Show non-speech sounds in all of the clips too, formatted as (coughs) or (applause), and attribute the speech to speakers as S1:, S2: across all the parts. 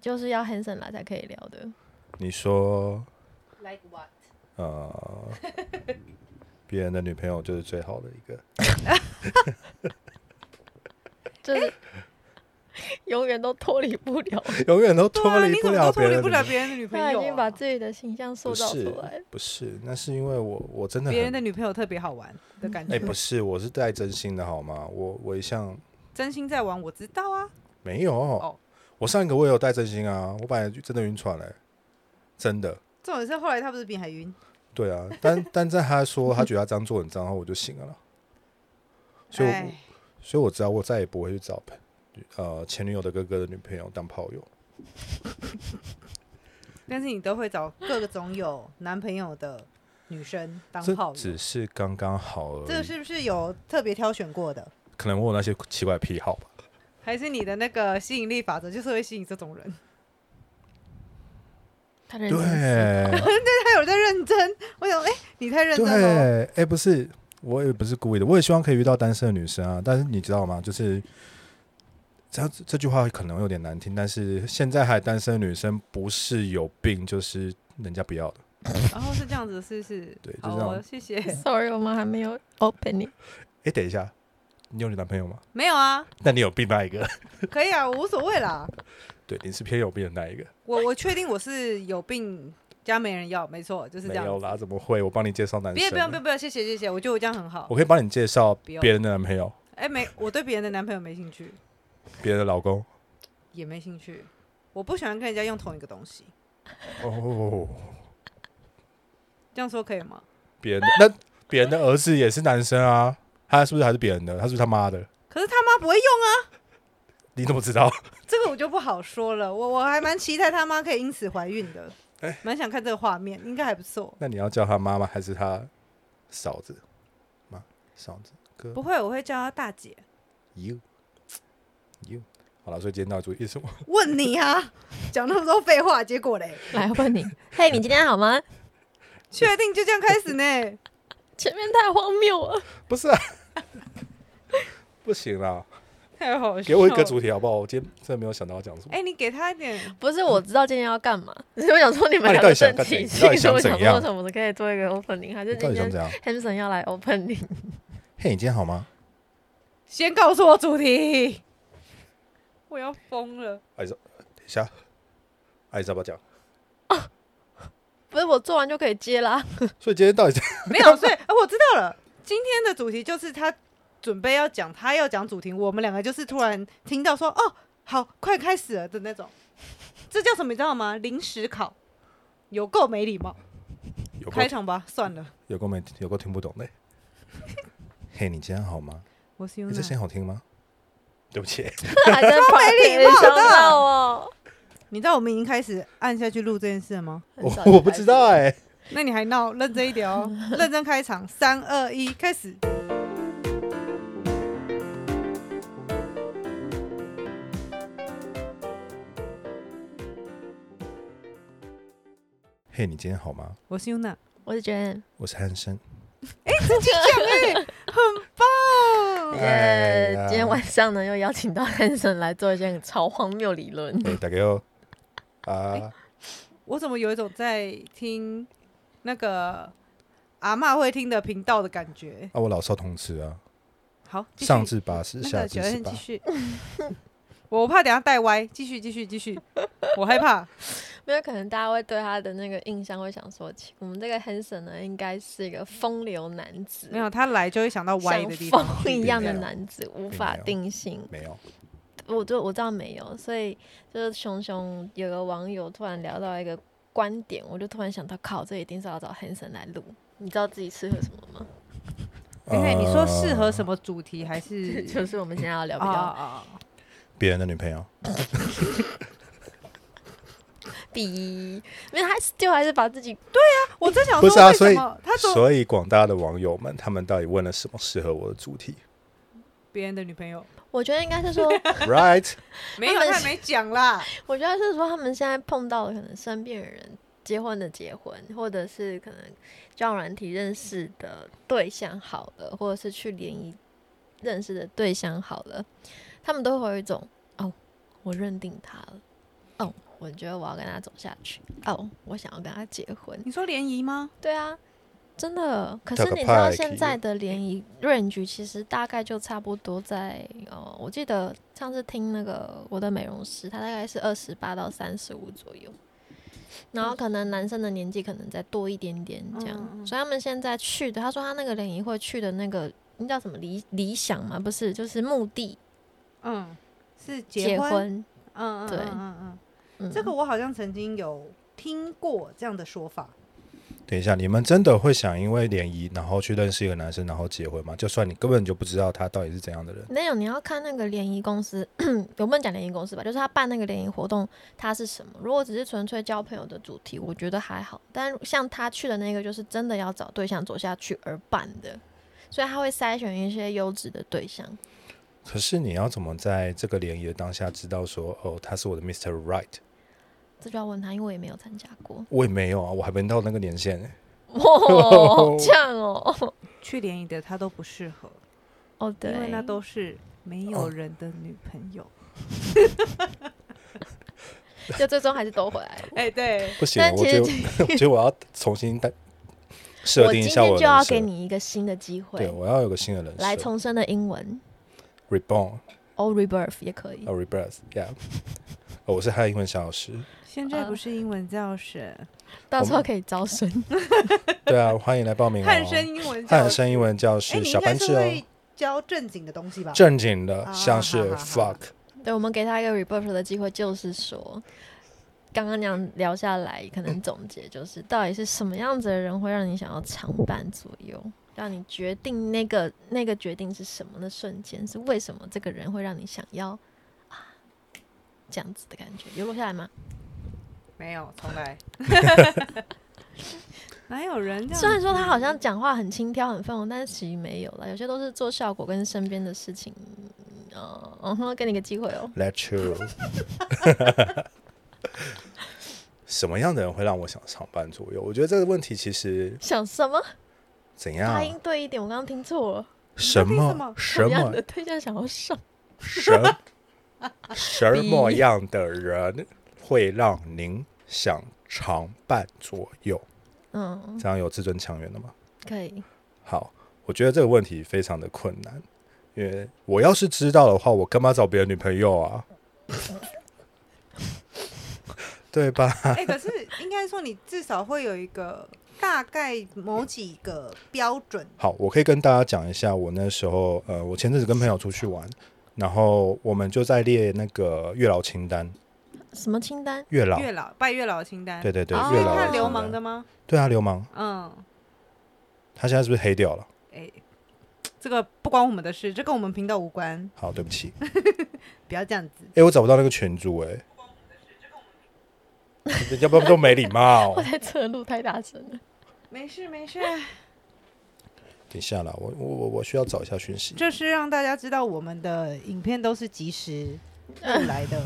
S1: 就是要 Hanson 来才可以聊的。
S2: 你说
S1: Like what？
S2: 呃， (laughs) 别人的女朋友就是最好的一个， (laughs)
S1: 就是、 (laughs) 永远都脱离不了，
S2: 永远都
S3: 对
S2: 脱
S3: 啊，
S2: 离
S3: 你
S2: 不
S3: 怎么都
S2: 了
S3: 脱
S2: 别
S3: 离
S2: 人
S3: 不
S2: 的
S3: 了
S2: 女。
S3: 别人的女
S1: (laughs)
S3: 朋
S1: 他已
S3: 友
S1: 经把
S3: 啊、
S1: 自己的形象塑
S2: 不
S1: 造
S2: 是
S1: 出来。
S2: 不是，那是因为我我真的
S3: 别人
S2: 很
S3: 的女朋友特别好玩的感
S2: (laughs)
S3: 觉。
S2: 哎，不是，我是带真心的好吗？我我一向
S3: 真心在玩，我知道啊。
S2: 没有，
S3: 哦
S2: 我上一个我也有带真心啊，我本来就真的晕船嘞、真的。
S3: 重点是后来他不是比海云，
S2: 对啊，但 (laughs) 但在他说他觉得他这样做很脏后，我就醒了啦。所以我
S3: 哎，
S2: 所以我知道我再也不会去找朋呃前女友的哥哥的女朋友当炮友。
S3: 但是你都会找各种有男朋友的女生当
S2: 这
S3: 炮友，
S2: 只是刚刚好而已。
S3: 这个是不是有特别挑选过的？
S2: 可能我有那些奇怪的癖好吧。
S3: 还是你的那个吸引力法则就是会吸引这种人？
S1: 他认真思
S2: 对
S3: (laughs) 他有在认真，我想，哎、你太认真
S2: 对，
S3: 了哦。
S2: 哎、不是，我也不是故意的，我也希望可以遇到单身的女生啊。但是你知道吗？就是这样这句话可能有点难听，但是现在还单身的女生不是有病，就是人家不要的。
S3: 然哦后是这样子，是不是？
S2: 对就
S3: 好
S2: 这样
S3: 哦，谢谢。
S1: Sorry，我们还没有 opening。
S2: 哎、等一下，你有你男朋友吗？
S3: 没有啊，
S2: (laughs) 那你有病那一个？
S3: 可以啊，我无所谓啦。
S2: 对，你是偏有病的那一个。
S3: 我我确定我是有病加没人要，没错，就是
S2: 没
S3: 这样
S2: 有
S3: 子。
S2: 啦，怎么会？我帮你介绍男生。
S3: 不要不要不要不要，谢谢谢谢，我觉得我这样很好
S2: 我。可以帮你介绍
S3: 不用
S2: 别人的男朋友、
S3: 哎、没，我对别人的男朋友没兴趣，
S2: 别人的老公。
S3: 也没兴趣。我不喜欢跟人家用同一个东西，
S2: 哦， (laughs)
S3: 这样说可以吗？
S2: 别人的那别人的儿子也是男生啊，他是不是还是别人的？他是不是他妈的？
S3: 可是他妈不会用啊
S2: 你怎么知道？ (laughs)
S3: 这个，我就不好说了。我我还蛮期待他妈可以因此怀孕的，
S2: 哎
S3: 蛮想看这个画面，应该还不错。
S2: 那你要叫他妈妈还是他嫂子？妈，嫂子哥
S3: 不会，我会叫她大姐。
S2: you you。好了，所以今天到底主题是什么？
S3: 问你啊，讲那么多废话，结果嘞，
S1: (laughs) 来问你，嘿，你今天好吗？
S3: 确定就这样开始呢？
S1: 前面太荒谬了。
S2: 不是啊， (laughs) 不行啦，
S3: 太好笑了！
S2: (laughs) 给我一个主题好不好？我今天真的没有想到要讲什么。
S3: 哎、你给他一点，
S1: 不是，我知道今天要干嘛， (laughs) 只是我想说你
S2: 那
S1: 们
S2: 你
S1: 两个
S2: 到底想
S1: 正
S2: 干
S1: 体
S2: 谁
S1: 气，
S2: 到底想
S1: 所以我想
S2: 怎样
S1: 说什么时可以做一个 opening，还是
S2: 你到
S1: 今
S2: 底想
S1: 天
S2: 怎样？
S1: Hanson 要来 opening？ (laughs)
S2: 嘿，你今天好吗？
S3: 先告诉我主题。我要疯了！
S2: 等一下，哎，要不要讲？
S1: 不是，我做完就可以接 (laughs) 啦。
S2: 所以今天到底是
S3: 没有，所以、啊我知道了，今天的主题就是他准备要讲，他要讲主题，我们两个就是突然听到说，哦，好，快开始了的那种。这叫什么？你知道吗？临时考，有够没礼貌。
S2: 有够
S3: 开场吧，算了，
S2: 有够没有够听不懂的。嘿，你今天好吗？
S3: 我是
S2: 你
S3: Yuna。
S2: 这声音好听吗？对不起，
S1: 还在旁
S3: 没礼
S1: 边
S3: 貌的
S1: 笑到 (laughs) 哦，
S3: 你知道我们已经开始按下去录这件事了吗？
S2: 我
S1: 很少
S2: 我不知
S1: 有
S2: 道哎、
S3: 那你还闹，认真一点 (laughs) 哦，认真开场，三二一，开始。
S2: 嘿，你今天好吗？
S3: 我是 (laughs) Yuna，
S1: 我是 Jane，
S2: 我是汉生。
S3: 很欸棒。
S2: 哎
S1: 耶
S2: 呀！
S1: 今天晚上呢，又邀请到 Hanson 来做一件超荒谬理论。
S2: 嘿，哎大家好。
S3: 哎
S2: 啊，
S3: 我怎么有一种在听那个阿嬷会听的频道的感觉？
S2: 啊，我老少通吃啊，
S3: 好，继续
S2: 上至八十，
S3: 那
S2: 下
S3: 个
S2: 至
S3: 九
S2: 十
S3: 恩
S2: 八
S3: 继。续。 (laughs) 我怕等下带歪，继续继续继续，我害怕。
S1: (laughs) 没有可能大家会对他的那个印象会想说，其我们这个 Hanson 呢，应该是一个风流男子，
S3: 没有他来就会想到歪
S1: 像
S3: 的地方。
S1: 风一样的男子，无法
S2: 没有
S1: 定性。
S2: 没有，
S1: 我就我知道没有，所以就是熊熊有个网友突然聊到一个观点，我就突然想到，靠，这一定是要找 Hanson 来录。你知道自己适合什
S2: (laughs)
S1: 么吗？
S3: 等哎等，你说适合
S2: 么？
S3: 什么主题还
S1: (laughs)
S3: 是？
S1: 就是我们现在要聊比
S3: 啊
S1: 较
S3: 啊！啊
S2: 别人的女朋友，
S1: 比，因为他就还是把自己
S3: 我真想
S2: 不
S3: 说，
S2: 是啊，
S3: 为
S2: 所
S3: 什
S2: 以
S3: 么他说
S2: 所以广大的网友们，他们到底问了什么适合我的主题
S3: 别人的女朋友
S1: 我觉得应该是说，
S3: (laughs)
S2: ？Right？
S3: 没
S1: 他
S3: 有，他
S1: 们
S3: 还没讲啦。
S1: 我觉得是说他们现在碰到的可能身边的人，结婚的结婚，或者是可能交友软体认识的对象好了，或者是去联谊认识的对象好了，他们都会有一种哦，我认定他了，哦，我觉得我要跟他走下去。哦，我想要跟他结婚。
S3: 你说联谊吗？
S1: 对啊，真的。可
S2: 跳
S1: 是
S2: 个
S1: 你知道
S2: 派
S1: 现
S2: 去
S1: 在的联谊 range 其实大概就差不多在呃，我记得上次听那个我的美容师，他大概是二十八到三十五左右。然后可能男生的年纪可能再多一点点这样，
S3: 嗯嗯嗯
S1: 所以他们现在去的，他说他那个联谊会去的那个，那叫什么理理想嘛？不是，就是目的
S3: 嗯，是
S1: 结
S3: 婚。
S1: 婚。
S3: 嗯，嗯
S1: 对
S3: 嗯嗯
S1: 嗯
S3: 嗯，这个我好像曾经有听过这样的说法。
S2: 等一下，你们真的会想因为联谊然后去认识一个男生然后结婚吗？就算你根本就不知道他到底是怎样的人，
S1: 没有，你要看那个联谊公司， (clears throat) 我们讲联谊公司吧，就是他办那个联谊活动，它是什么？如果只是纯粹交朋友的主题，我觉得还好。但像他去的那个，就是真的要找对象走下去而办的，所以他会筛选一些优质的对象。
S2: 可是你要怎么在这个联谊的当下知道说，哦，他是我的 Mr. Right？
S1: 这就要问他，因为我也没有参加
S2: (laughs)
S1: 过。
S2: 我也没有啊，我还没到那个年限欸、
S1: 哦，这样哦，
S3: 去联谊的他都不适合，
S1: 哦对，
S3: 因为那都是没有人的女朋友。
S1: 就最终还是都回来了。
S3: 哎、对，
S2: 不行，
S1: 但
S2: 我
S1: 其
S2: 觉
S1: 实
S2: 得 (laughs) 我觉得我要重新带设
S1: 我
S2: 定
S1: 今
S2: 一
S1: 天
S2: 下的
S1: 就要
S2: 人
S1: 给
S2: 设。
S1: 你一个新的机
S2: 对，
S1: 会，
S2: 我要有个新的人设。
S1: 来重生的英文
S2: reborn 啊
S1: ，all rebirth 也可以。
S2: or rebirth，yeah。哦，我是他的英文小老师。
S3: 现在不是英文教室，
S1: 到时候可以招生。
S2: 对啊，欢迎来报名、哦。
S3: 汉生英文教
S2: 汉
S3: 室，
S2: 生英文教
S3: 哎、
S2: 室
S3: 你
S2: 小
S3: 应该
S2: 班
S3: 是
S2: 制哦，
S3: 会教正经的东西吧？
S2: 正经的，
S3: 啊
S2: 像
S3: 好
S2: 是
S3: 好好
S2: fuck
S1: 对，我们给他一个 rebirth 的机会，就是说，刚刚那样聊下来，可能总结就是，到底是什么样子的人会让你想要长伴左右，让你决定那个那个决定是什么的瞬间，是为什么这个人会让你想要啊这样子的感觉，有录下来吗？
S3: 没有，从 (laughs) 来。哪有人这样？
S1: 虽然说他好像讲话很轻佻、很愤红，但是其实没有了，有些都是做效果跟身边的事情。哦，嗯哼，给你个机会哦。
S2: let you。什么样的人会让我想上班左右？我觉得这个问题其实
S1: 想什么？
S2: 怎
S1: 发
S2: 样？
S1: 音对一点，我刚刚听错了。
S2: 什么
S3: 么
S1: 什 (laughs)
S2: 什
S1: 么样
S2: 么
S1: 的对象想要上？
S2: 什
S3: (laughs)
S2: 什么样的人会让您想常伴左右？
S1: 嗯，
S2: 这样有自尊强援的吗？
S1: 可以。
S2: 好，我觉得这个问题非常的困难，因为我要是知道的话，我干嘛找别的女朋友啊？ (laughs) 对吧？
S3: 哎、可是应该说你至少会有一个大概某几个标准。
S2: 好，我可以跟大家讲一下，我那时候呃，我前阵子跟朋友出去玩，然后我们就在列那个月老清单，
S1: 什么清单？
S2: 月老，
S3: 月老拜月老清单，
S2: 对对对，
S1: 哦
S2: 月
S3: 是
S2: 老
S3: 看
S2: 清
S3: 流
S2: 单
S3: 氓的，吗？
S2: 对啊，流氓，
S3: 嗯，
S2: 他现在是不是黑掉了？
S3: 哎、这个不关我们的事，这跟我们频道无关，
S2: 好，对不起，
S3: 不要这样子。
S2: 哎、我找不到那个群主、欸，哎， (laughs) 要不要都没礼
S3: (laughs)
S2: 貌？
S1: 我在侧录太大声了。
S3: 没事没 (laughs) 事，
S2: 等一下啦，我我我我需要找一下讯息。
S3: 这是让大家知道我们的影片都是及时录来 (laughs) 的。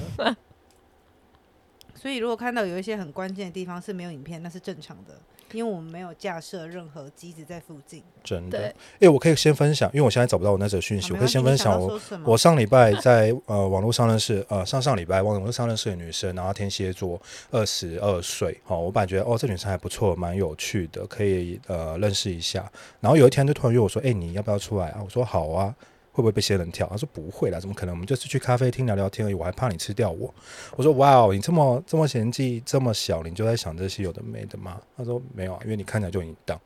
S3: 所以，如果看到有一些很关键的地方是没有影片，那是正常的，因为我们没有架设任何机子在附近。
S2: 真的，
S1: 对
S2: 哎、我可以先分享，因为我现在找不到我那则讯
S3: 好
S2: 息，
S3: 没
S2: 我可以
S3: 关系
S2: 先分
S3: 你想
S2: 享
S3: 要
S2: 我
S3: 说什么
S2: 我上礼拜在呃网络上认识呃上上礼拜网络上认识的女生，然后天蝎座，二十二岁，哦，我感觉得哦这女生还不错，蛮有趣的，可以呃认识一下。然后有一天就突然约我说，哎、你要不要出来啊？我说好啊。会不会被仙人跳？他说不会啦，怎么可能？我们就是去咖啡厅聊聊天而已，我还怕你吃掉我。我说哇哦，你这么这么年纪这么小，你就在想这些有的没的吗？他说没有啊，因为你看起来就很
S1: (laughs)
S2: 荡。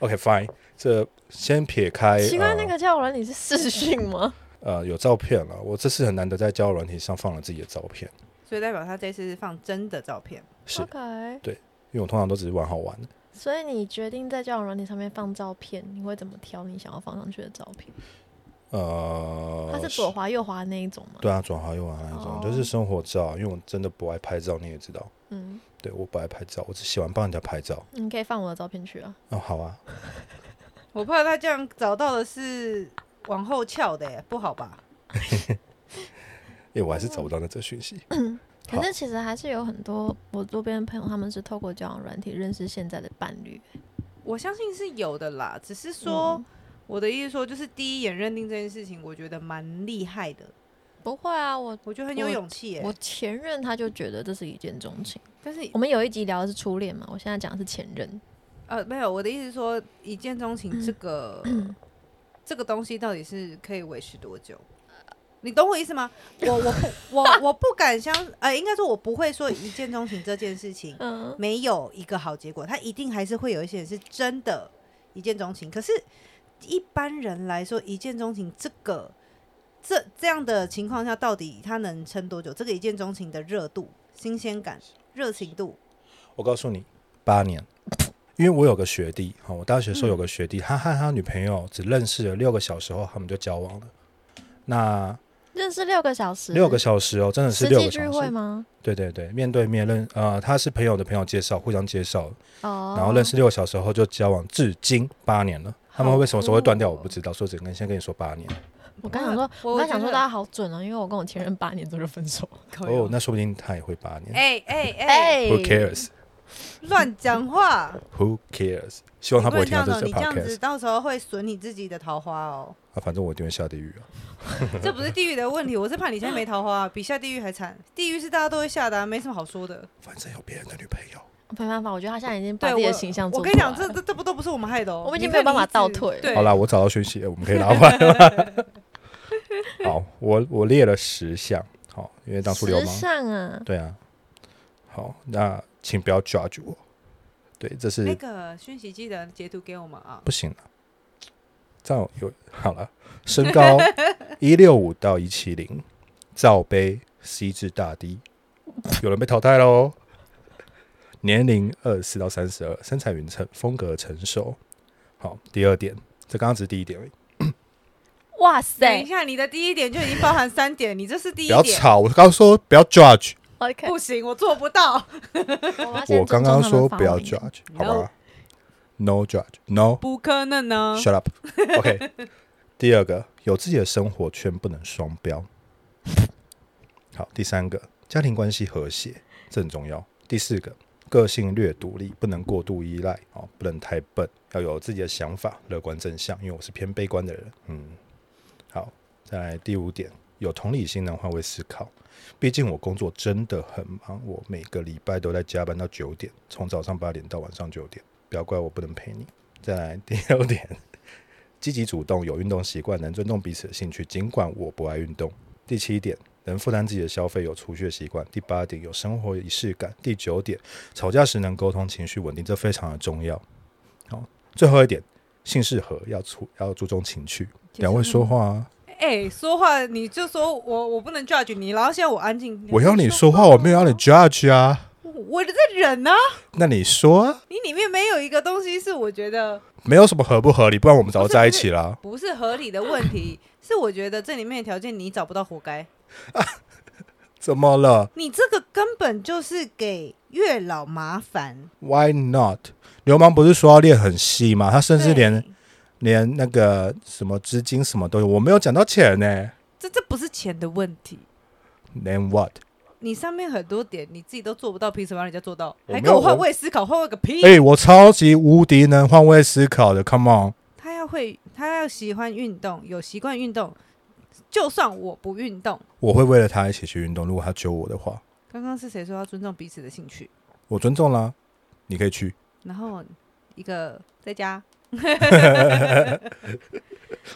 S2: OK fine，这先撇开
S1: 奇怪，
S2: 呃
S1: 那个交友软体是视讯吗？
S2: 呃有照片了，我这次很难得在交友软体上放了自己的照片，
S3: 所以代表他这次是放真的照片。
S2: 是
S1: OK，
S2: 因为我通常都只是玩好玩的。
S1: 所以你决定在交友软体上面放照片，你会怎么挑你想要放上去的照片？
S2: 呃，
S1: 它是左滑右滑那一种吗？
S2: 对啊，左滑右滑那一种，
S1: 哦
S2: 就是生活照，因为我真的不爱拍照，你也知道，
S1: 嗯，
S2: 对我不爱拍照，我只喜欢帮人家拍照。
S1: 你可以放我的照片去啊。
S2: 哦，好啊，
S3: 我怕他这样找到的是往后翘的耶，不好吧？
S2: 诶，我还
S1: 哦
S2: 是找不到那则讯息。
S1: 可是其实还是有很多我周边的朋友，他们是透过交友软体认识现在的伴侣。
S3: 我相信是有的啦，只是说、
S1: 嗯
S3: 我的意思说，就是第一眼认定这件事情，我觉得蛮厉害的。
S1: 不会啊，我
S3: 我觉得很有
S1: 我
S3: 勇气耶、
S1: 我前任他就觉得这是一见钟情。
S3: 但是
S1: 我们有一集聊的是初恋嘛，我现在讲的是前任。
S3: 呃，没有，我的意思是说，一见钟情这个、 (clears throat) 这个东西到底是可以维持多久？你懂我意思吗？我我不我我不敢相呃，应该说我不会说一见钟情这件事情
S1: 嗯，
S3: 没有一个好结果，它一定还是会有一些人是真的一见钟情。可是，一般人来说，一见钟情这个这这样的情况下，到底它能撑多久？这个一见钟情的热度、新鲜感、热情度，
S2: 我告诉你，八年，因为我有个学弟，哈，我大学的时
S1: 嗯
S2: 候有个学弟，他和他女朋友只认识了六个小时后，他们就交往了。那
S1: 认识六个小时，
S2: 六个小时哦，真的是
S1: 实
S2: 六
S1: 际
S2: 个
S1: 聚
S2: 小
S1: 会
S2: 时，
S1: 吗？
S2: 对对对，面对面认，呃，他是朋友的朋友介绍，互相介绍，
S1: 哦，
S2: 然后认识六个小时后就交往，至今八年了。他们为什么说会断掉，我不知道。说只能先跟你说八年
S1: 我刚想说，
S3: 我
S1: 我刚想
S3: 觉
S1: 说
S3: 得
S1: 大家好准哦，因为我跟我前任八年左右分手。
S2: 哦，那说不定他也会八年。
S3: 哎哎哎，
S2: Who cares?
S3: 乱讲话！
S2: Who cares? 希望他不会
S3: 你
S2: 听到
S3: 能
S2: 这次
S3: 这样子，你这样子
S2: podcast
S3: 到时候会损你自己的桃花哦。
S2: 啊，反正我一定会下地狱啊。
S3: 这不是地狱的问题，我是怕你现在没桃花、比下地狱还惨。地狱是大家都会下的、啊，没什么好说的。
S2: 反正有别人的女朋友。
S1: 没办法，我觉得他现在已经把
S3: 对
S1: 自己的
S3: 我
S1: 形象做
S3: 我跟你
S1: 出来
S3: 讲，这
S1: 了
S3: 这这不都不是我们害的哦，
S1: 我们已
S3: 你
S1: 经
S3: 看
S1: 没有办
S3: 你
S1: 法
S3: 一直
S1: 倒退了
S3: 对，
S2: 好啦，我找到讯息了，我们可以拉回来
S3: (laughs)
S2: 了。好，我我列了十项，好，因为当初流
S1: 时
S2: 氓，
S1: 尚啊，
S2: 对啊。好，那请不要 judge 我。对，这是、
S3: 那个讯息记得截图给我们啊。
S2: 不行了。这样有好了， (laughs) 身高一六五到一七零，罩杯 C 至大 D，有人被淘汰喽。年龄二四到三十二，身材匀称，风格成熟。好，第二点，这刚刚只是第一点而已。
S1: 哇
S3: 等
S1: 塞
S3: 一下，你的第一点就已经包含三点，你这是第一
S2: 不要
S3: 点，
S2: 吵，我刚刚说不要 judge，
S1: ，OK，
S3: 不行，我做
S2: (laughs)
S3: 不到，
S1: 我们要先
S2: 我刚刚
S1: 尊重他
S2: 说
S1: 们发
S2: 不要
S1: 言
S2: judge，
S3: No
S2: 好吧？No judge，No，shut
S3: 不可能呢。
S2: up。OK，第 (laughs) 二个，有自己的生活圈，不能双标。好，第三个，家庭关系和谐，这很重要。第四个，个性略独立，不能过度依赖，哦，不能太笨，要有自己的想法，乐观正向。因为我是偏悲观的人，嗯。好，再来第五点，有同理心能换位思考。毕竟我工作真的很忙，我每个礼拜都在加班到九点，从早上八点到晚上九点。不要怪我不能陪你。再来第六点，积极主动，有运动习惯，能尊重彼此的兴趣，尽管我不爱运动。第七点，能负担自己的消费，有储蓄的习惯。第八点，有生活仪式感。第九点，吵架时能沟通，情绪稳定，这非常的重要。好，最后一点，性适合要注要注重情趣，两位说话啊。
S3: (laughs) 哎、说话你就说我我不能 judge 你，然后现在我安静，
S2: 我要你说话，我没有要你 judge 啊。
S3: 我，我在忍啊呢、
S2: 那你说啊，
S3: 你里面没有一个东西是我觉得
S2: 没有什么合不合理，不然我们早就在一起了。
S3: 不是合理的问题，是我觉得这里面的条件你找不到，活该。
S2: 怎么了
S3: 你这个根本就是给月老麻烦，
S2: ？Why not？流氓不是说要练很细吗？他甚至连
S3: 对
S2: 连那个什么资金什么都有，我没有讲到钱呢、
S3: 这这不是钱的问题，
S2: Then what？
S3: 你上面很多点你自己都做不到，凭什么让人家做到？
S2: 我没有
S3: 还跟我换位思考，换位个屁！
S2: 哎、我超级无敌能换位思考的，Come on！
S3: 他要会，他要喜欢运动，有习惯运动，就算我不运动。
S2: 我会为了他一起去运动，如果他揪我的话，
S3: 刚刚是谁说要尊重彼此的兴趣？
S2: 我尊重啦，你可以去。
S3: 然后一个在家这样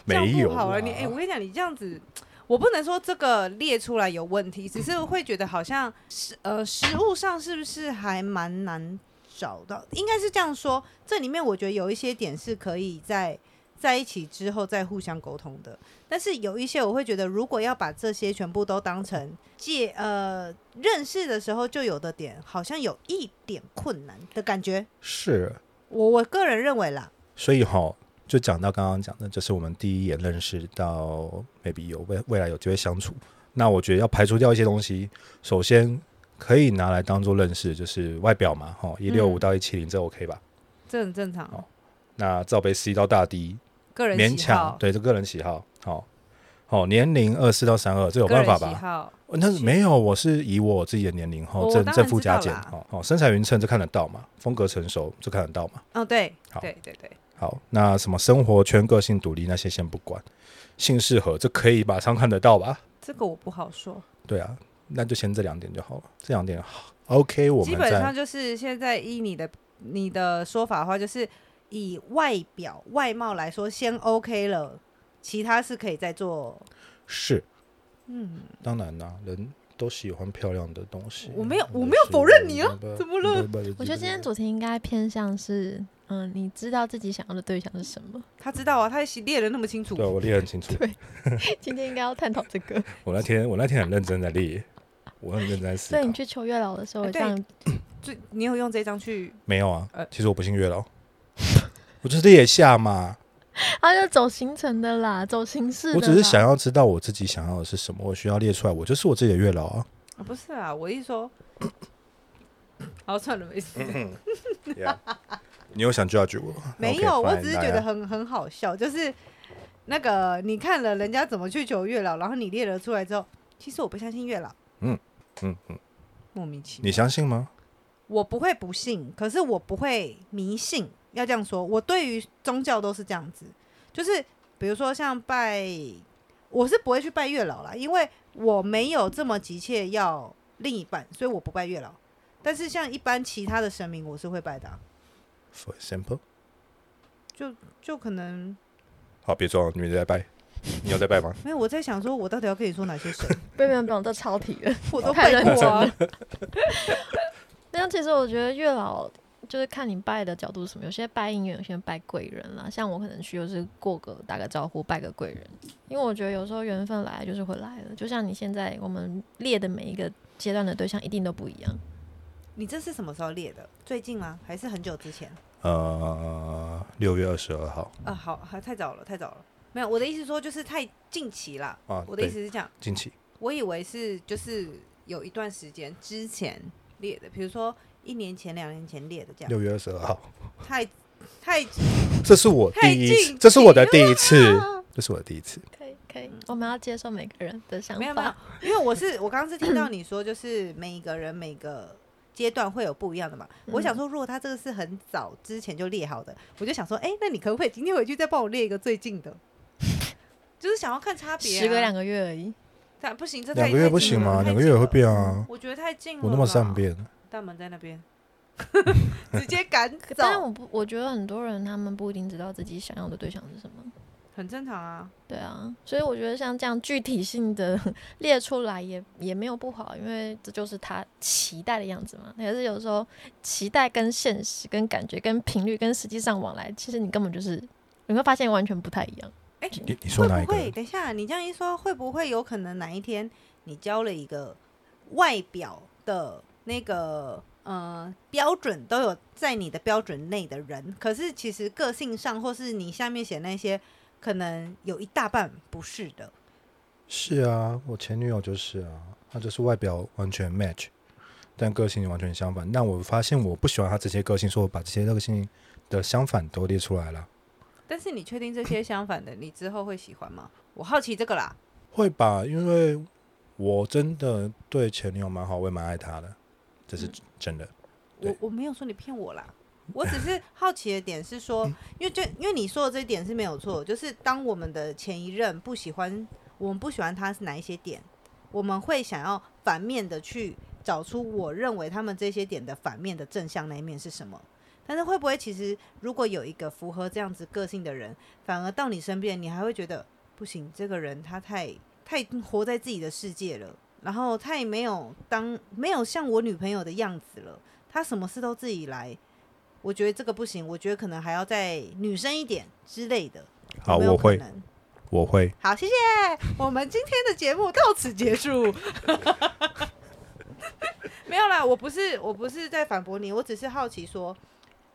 S2: 没有
S3: 不好了。你哎、
S2: 啦
S3: 我跟你讲，你这样子，我不能说这个列出来有问题，只
S2: 嗯
S3: 是会觉得好像是呃，食物上是不是还蛮难找到？应该是这样说，这里面我觉得有一些点是可以在在一起之后再互相沟通的，但是有一些我会觉得，如果要把这些全部都当成借呃认识的时候就有的点，好像有一点困难的感觉。
S2: 是，
S3: 我我个人认为啦，
S2: 所以哈，就讲到刚刚讲的，就是我们第一眼认识到 maybe 有未未来有机会相处，那我觉得要排除掉一些东西，首先可以拿来当做认识，就是外表嘛，哈，一六五
S3: 嗯
S2: 到一七零这 OK 吧？
S3: 这很正常
S2: 好，那罩杯 C 到大 D
S3: 个人
S2: 哦勉
S3: 喜
S2: 强
S3: 好，
S2: 对这个人喜好，好、好，年龄二四到三二，这有
S3: 个
S2: 办
S3: 人
S2: 法
S3: 喜
S2: 吧？
S3: 好。
S2: 哦那是没有，我是以我自己的年龄后
S3: 我
S2: 正
S3: 当然
S2: 正负
S3: 知道
S2: 加减，
S3: 啦
S2: 好、哦，身材匀称这看得到嘛，风格成熟这看得到嘛。
S3: 哦，对
S2: 好，
S3: 对对对，
S2: 好，那什么生活圈、个性独立那些先不管，性适合这可以马上看得到吧？
S3: 这个我不好说。
S2: 对啊，那就先这两点就好了，这两点好 OK，我
S3: 基
S2: 们
S3: 本
S2: 再
S3: 上就是现在依你的你的说法的话，就是以外表外貌来说，先 OK 了，其他是可以再做。
S2: 是
S3: 嗯，
S2: 当然啦、人都喜欢漂亮的东西。
S3: 我没有我没有否认你啊怎么了？
S1: 我觉得今天主题应该偏向是，嗯，你知道自己想要的对象是什么？ (laughs)
S3: 他知道啊，他列的那么清楚
S2: 对，我列得很清楚。
S1: 今天应该要探讨这个。
S2: 我那天我那天很认真在列，我很认真在思
S1: 所以你
S2: 考。
S1: 去求月老的时候，
S3: 哎
S1: 我这
S3: 对
S1: 样
S3: 最你有用这张去
S2: 没有啊
S3: 呃，
S2: 其实我不信月老，我就是列下嘛。
S1: 他就啊走行程的啦，走形式的
S2: 我
S1: 啦。
S2: 只是想要知道我自己想要的是什么，我需要列出来，我就是我自己的月老
S3: (laughs)
S2: 啊。
S3: 啊，不是啊，我一说， (coughs) 好算了，没事，
S2: 你有想 judge 我？
S3: 没
S2: OK，
S3: 有，我
S2: fine，
S3: 只是
S2: 来
S3: 觉得
S2: 啊
S3: 很很好笑，就是那个你看了人家怎么去求月老，然后你列了出来之后，其实我不相信月老，
S2: 嗯嗯，
S3: 莫名其
S2: 你
S3: 妙，
S2: 相信吗？
S3: 我不会不信，可是我不会迷信，要这样说，我对于宗教都是这样子，就是比如说像拜，我是不会去拜月老啦，因为我没有这么急切要另一半，所以我不拜月老。但是像一般其他的神明，我是会拜的啊、
S2: For example，
S3: 就可能
S2: 好，别装了，你们在拜，你有在
S3: (laughs)
S2: 拜吗？
S3: 没有，我在想说，我到底要跟你说哪些
S1: (laughs)
S3: 神？
S1: 不用不用不用，这超题了。
S3: 我都
S1: 太
S3: 拜
S1: 认
S3: 过
S1: 真
S3: 啊
S1: 了。 (laughs) 那其实我觉得月老就是看你拜的角度是什么，有些拜姻缘，有些拜贵人啦。像我可能去就是过个打个招呼，拜个贵人，因为我觉得有时候缘分来了就是会来了。就像你现在我们列的每一个阶段的对象一定都不一样。
S3: 你这是什么时候列的？最近吗？还是很久之前？
S2: 呃，六月二十二号
S3: 啊，好，还太早了，太早了。没有，我的意思说就是太近期啦。
S2: 啊，
S3: 我的意
S2: 对，
S3: 思是这样，
S2: 近期
S3: 我以为是就是有一段时间之前列的，比如说一年前、两年前列的这样，
S2: 六月二十二号，
S3: 太太
S2: 这是我
S3: 太
S2: 第一
S3: 近
S2: 次，这是我的
S3: 期
S2: 第一次，
S3: 了
S2: 这是我的第一次。
S1: 可以可以，我们要接受每个人的想
S3: 没有没有
S1: 法。，
S3: 因为我是我刚刚是听到你说，就是每一个人每个阶段会有不一样的嘛。
S1: 嗯
S3: 我想说，如果他这个是很早之前就列好的，我就想说，哎、那你可不可以今天回去再帮我列一个最近的？ (laughs) 就是想要看差别、啊。
S1: 时隔两个月而已，
S3: 但不行，这太
S2: 两个月不行吗？两个月也会。变
S3: 太近了
S2: 啊，
S3: 我觉得太近了。
S2: 我那么善。变，
S3: 大门在那边， (laughs) 直接赶
S1: (laughs) 但是
S3: 走，
S1: 我不，我觉得很多人他们不一定知道自己想要的对象是什么。
S3: 很正常啊。
S1: 对啊，所以我觉得像这样具体性的 (laughs) 列出来也也没有不好，因为这就是他期待的样子嘛。可是有时候期待跟现实、跟感觉、跟频率、跟实际上往来，其实你根本就是你会发现完全不太一样。
S3: 哎、
S2: 你你说
S3: 会
S2: 哪一
S3: 不
S2: 个？
S3: 会？等一下，你这样一说，会不会有可能哪一天你交了一个外表的那个呃标准都有在你的标准内的人，可是其实个性上或是你下面写那些，可能有一大半不是的。
S2: 是啊，我前女友就是啊，她就是外表完全 match，但个性完全相反。但我发现我不喜欢她这些个性，所以我把这些个性的相反都列出来了。
S3: 但是你确定这些相反的，你之后会喜欢吗？我好奇这个啦。
S2: 会吧，因为我真的对前女友蛮好，我也蛮爱她的，这
S3: 嗯
S2: 是真的。
S3: 我
S2: 对
S3: 我没有说你骗我啦，我只是好奇的点是说，因为就因为你说的这一点是没有错，就是当我们的前一任不喜欢，我们不喜欢他是哪一些点，我们会想要反面的去找出我认为他们这些点的反面的正向那一面是什么。但是会不会其实如果有一个符合这样子个性的人，反而到你身边，你还会觉得不行，这个人他太太活在自己的世界了，然后太没有当没有像我女朋友的样子了。他什么事都自己来，我觉得这个不行，我觉得可能还要再女生一点之类的。
S2: 好，
S3: 有没有
S2: 我
S3: 可
S2: 会，
S3: 能。
S2: 我会。
S3: 好，谢谢，我们今天的节目到此结束。 (laughs) 没有啦，我不是我不是在反驳你，我只是好奇说，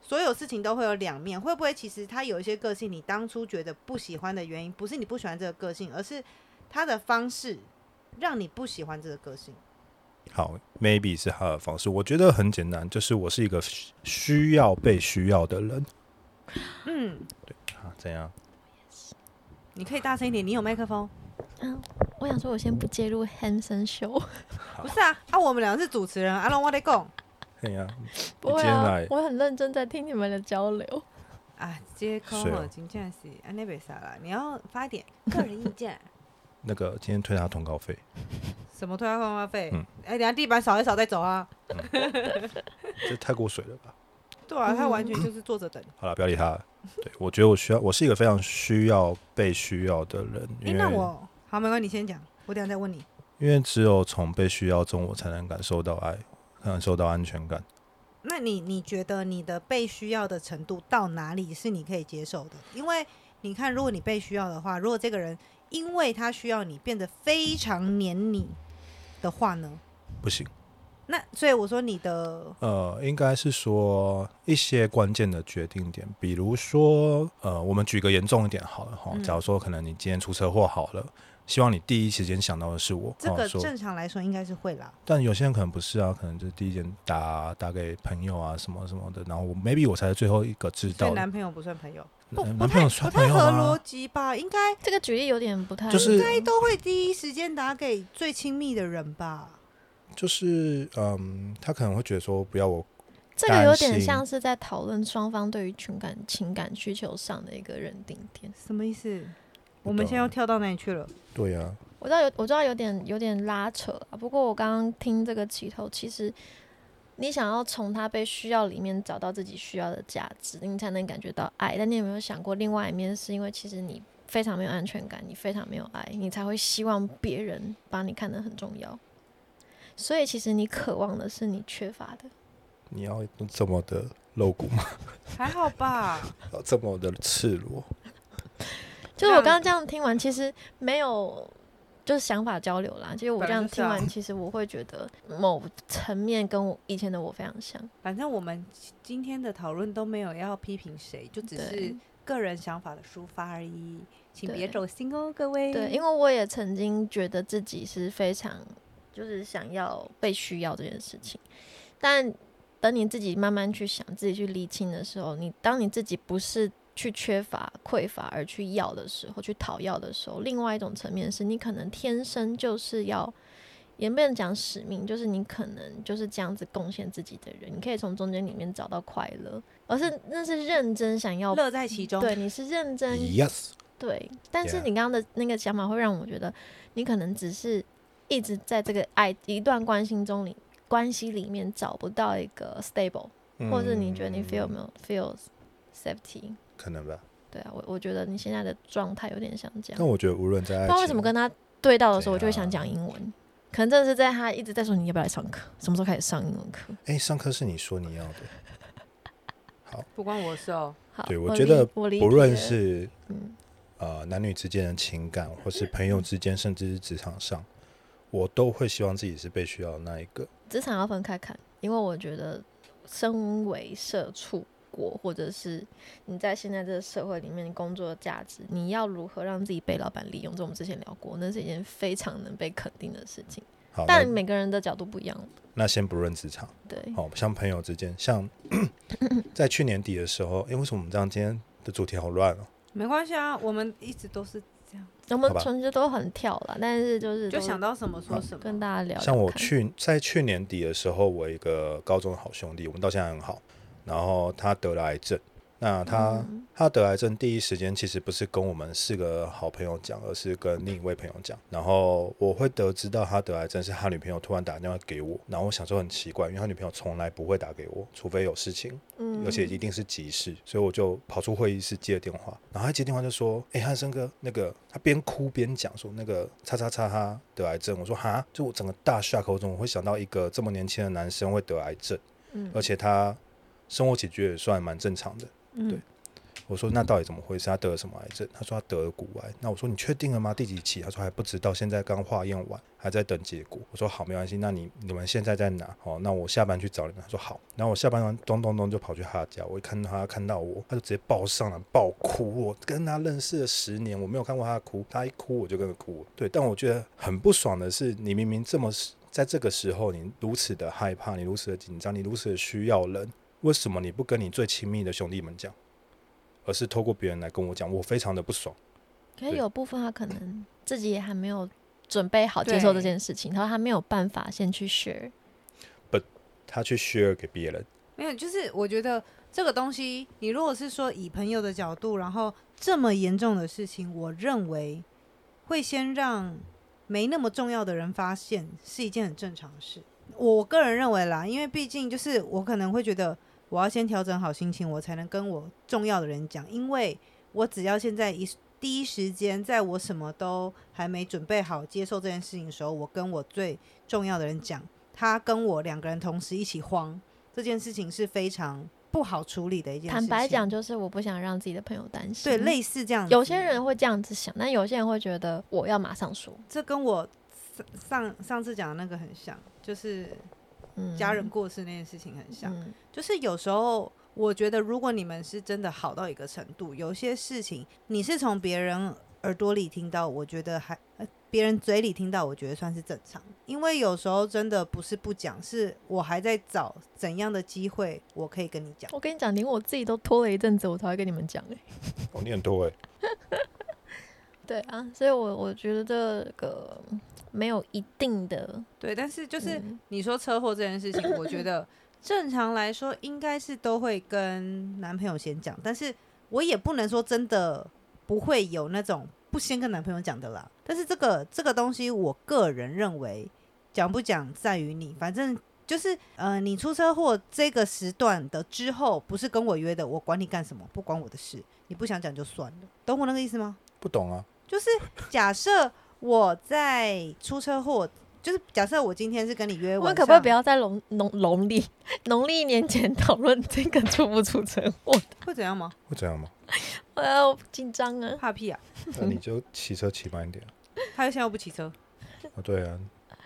S3: 所有事情都会有两面，会不会其实他有一些个性，你当初觉得不喜欢的原因，不是你不喜欢这个个性，而是他的方式让你不喜欢这个个性。
S2: 好，maybe 是她的方式。我觉得很简单，就是我是一个需需要被需要的人
S3: 嗯，
S2: 啊。怎样？
S3: 你可以大声一点，你有麦克风。
S1: 我想说，我先不介入 Hanson Show， (laughs)
S3: 不是啊，啊，我们两个是主持人，阿龙我在讲。
S2: 怎样？
S1: 不会
S2: 今天
S1: 啊
S2: 来，
S1: 我很认真在听你们的交流。
S3: 啊，这些口
S2: 是
S3: 吼
S2: 哦
S3: 真正是安尼袂使啦，你要发一点个人意见。
S2: 那个今天退他通告费。
S3: 什么退换话费
S2: 嗯？
S3: 哎、等下地板扫一扫再走啊。
S2: 这太过水了吧？
S3: 对啊，他完全就是坐着等。
S2: 好了，不要理他了。对，我觉得我需要，我是一个非常需要被需要的人，
S3: 哎、
S2: 因
S3: 那
S2: 为
S3: 我好，没关系，你先讲，我等下再问你。
S2: 因为只有从被需要中，我才能感受到爱，感受到安全感。
S3: 那你你觉得你的被需要的程度到哪里是你可以接受的？因为你看，如果你被需要的话，如果这个人因为他需要你变得非常黏你的话呢？
S2: 不行，
S3: 那所以我说你的
S2: 呃，应该是说一些关键的决定点，比如说，呃，我们举个严重一点好了哈。
S3: 嗯
S2: 假如说，可能你今天出车祸好了，希望你第一时间想到的是我。
S3: 这
S2: 哦
S3: 个
S2: 说
S3: 正常来说应该是会啦，
S2: 但有些人可能不是啊，可能就是第一件打打给朋友啊，什么什么的，然后我 maybe 我才是最后一个知
S3: 所以
S2: 道的。
S3: 男朋友不算朋友，不
S1: 嗯
S2: 男
S3: 不
S2: 男朋
S3: 太
S2: 友
S3: 不
S2: 算朋
S3: 太
S2: 友
S3: 合
S2: 吗
S3: 逻？辑吧？应该
S1: 这个举例有点不太
S2: 就是
S3: 都会第一时间打给最亲密的人吧？
S2: 就是嗯，他可能会觉得说不要我，
S1: 这个有
S2: 担
S1: 点
S2: 心
S1: 像是在讨论双方对于情感情感需求上的一个认定点。
S3: 什么意思？
S2: 不
S3: 我们
S2: 懂
S3: 现在要跳到哪里去了？
S2: 对呀、啊，
S1: 我知道有，我知道有点有点拉扯啊。不过我刚刚听这个起头，其实你想要从他被需要里面找到自己需要的价值，你才能感觉到爱。但你有没有想过，另外一面是因为其实你非常没有安全感，你非常没有爱，你才会希望别人把你看得很重要。所以其实你渴望的是你缺乏的。
S2: 你要这么的露骨吗？ (laughs)
S3: 还好吧？
S2: 要这么的赤裸？
S1: 就是我刚刚这样听完，其实没有就是想法交流啦。其实我这样听
S3: 本来
S1: 完，其实我会觉得某层面跟我以前的我非常像。
S3: 反正我们今天的讨论都没有要批评谁，就只是
S1: 对
S3: 个人想法的抒发而已，请
S1: 对
S3: 别走心哦，各位。
S1: 对，因为我也曾经觉得自己是非常就是想要被需要这件事情，但等你自己慢慢去想、自己去理清的时候，你当你自己不是去缺乏、匮乏而去要的时候，去讨要的时候，另外一种层面是你可能天生就是要。也不能讲使命，就是你可能就是这样子贡献自己的人，你可以从中间里面找到快乐，而是那是认真想要，
S3: 乐在其中。
S1: 对，你是认真
S2: Yes，
S1: 对，但是
S2: Yeah
S1: 你刚刚的那个想法会让我觉得，你可能只是一直在这个爱一段关心中里关系里面找不到一个 stable，、或者你觉得你 feel 没有 feel safety？
S2: 嗯可能吧？
S1: 对啊，我我觉得你现在的状态有点像这样。
S2: 但我觉得无论在
S1: 不
S2: 爱
S1: 知道
S2: 情，
S1: 为什么跟他对到的时候，
S2: 对啊
S1: 我就会想讲英文。可能真的是在他一直在说你要不要来上课，什么时候开始上英文课？
S2: 哎、上课是你说你要的，
S3: 不关我事哦。
S1: 好，
S2: 对我
S1: 我
S2: 觉得
S1: 理我理
S2: 不论
S1: 解
S2: 是
S1: 嗯
S2: 呃男女之间的情感，或是朋友之间，甚至是职场上，我都会希望自己是被需要的那一个。
S1: 职场要分开看，因为我觉得身为社畜国，或者是你在现在这个社会里面工作的价值，你要如何让自己被老板利用？这我们之前聊过，那是一件非常能被肯定的事情。
S2: 好，
S1: 但
S2: 那
S1: 每个人的角度不一样，
S2: 那先不论职场，
S1: 对，
S2: 好、哦像朋友之间，
S1: (laughs)
S2: 像在去年底的时候，哎、为什么我们这样？今天的主题好乱哦。
S3: 没关系啊，我们一直都是这样，
S1: 我们
S2: 好吧
S1: 纯粹都很跳啦，但是就是
S3: 就
S1: 都
S3: 想到什么说
S2: 好
S3: 什
S1: 跟
S3: 么。
S1: 大家聊聊看。
S2: 像我去在去年底的时候，我一个高中的好兄弟，我们到现在很好，然后他得了癌症。那他、
S1: 嗯
S2: 他得癌症第一时间其实不是跟我们四个好朋友讲，而是跟另一位朋友讲。然后我会得知到他得癌症是他女朋友突然打电话给我，然后我想说很奇怪，因为他女朋友从来不会打给我，除非有事情。
S1: 嗯
S2: 而且一定是急事，所以我就跑出会议室接了电话，然后他接电话就说：“哎、汉生哥，那个他边哭边讲说那个叉叉叉他得癌症。”我说：“哈，就我整个大 shock，我怎么会想到一个这么年轻的男生会得癌症，
S1: 嗯
S2: 而且他生活起居也算蛮正常的。”
S3: 嗯
S2: 对，我说：“那到底怎么回事？他得了什么癌症？”他说：“他得了骨癌。”那我说：“你确定了吗？第几期？”他说：“还不知道，现在刚化验完，还在等结果。”我说：“好，没关系。那你你们现在在哪？哦，那我下班去找你们。”他说：“好。”然后我下班完，咚咚咚就跑去他家。我一看到他看到我，他就直接抱上来爆哭。我跟他认识了十年，我没有看过他哭，他一哭我就跟着哭了。对，但我觉得很不爽的是，你明明这么在这个时候，你如此的害怕，你如此的紧张，你如此的需要人，为什么你不跟你最亲密的兄弟们讲？而是透过别人来跟我讲，我非常的不爽。
S1: 可是
S2: 对
S1: 有部分他可能自己也还没有准备好接
S3: 对
S1: 受这件事情，然后他没有办法先去 share。
S2: 他去 share 给别人，
S3: 没有，就是我觉得这个东西，你如果是说以朋友的角度，然后这么严重的事情，我认为会先让没那么重要的人发现，是一件很正常的事。我个人认为啦，因为毕竟就是我可能会觉得，我要先调整好心情，我才能跟我重要的人讲，因为我只要现在一第一时间，在我什么都还没准备好接受这件事情的时候，我跟我最重要的人讲，他跟我两个人同时一起慌，这件事情是非常不好处理的一件事
S1: 坦
S3: 情。
S1: 白讲，就是我不想让自己的朋友担心。
S3: 对，类似这样子，
S1: 有些人会这样子想，但有些人会觉得我要马上说，
S3: 这跟我上上上次讲的那个很像，就是
S1: 嗯，
S3: 家人过世那件事情很像。
S1: 嗯
S3: 就是有时候我觉得，如果你们是真的好到一个程度，有些事情你是从别人耳朵里听到，我觉得还呃别人嘴里听到，我觉得算是正常。因为有时候真的不是不讲，是我还在找怎样的机会我可以跟你讲。
S1: 我跟你讲，连我自己都拖了一阵子，我才会跟你们讲、欸。
S2: 哦，你很多哎、
S1: 对啊，所以我我觉得这个没有一定的，
S3: 对，但是就是
S1: 嗯
S3: 你说车祸这件事情，我觉得正常来说应该是都会跟男朋友先讲，但是我也不能说真的不会有那种不先跟男朋友讲的啦。但是这个这个东西，我个人认为讲不讲在于你，反正。就是呃，你出车祸这个时段的之后，不是跟我约的，我管你干什么，不关我的事。你不想讲就算了，懂我那个意思吗？
S2: 不懂啊，
S3: 就是假设我在出车祸，就是假设我今天是跟你约
S1: 我
S3: 晚
S1: 们可
S3: 上，
S1: 不可以不要在农农农历 (laughs) 农历年前讨论这个出不出车祸？ (laughs)
S3: 会怎样吗？
S2: 会这样吗？
S1: 我要紧张啊！
S3: 怕屁啊！
S2: 那你就骑车骑慢一点啊。
S3: 他又现在又不骑 (laughs) 车。
S2: 哦，对啊，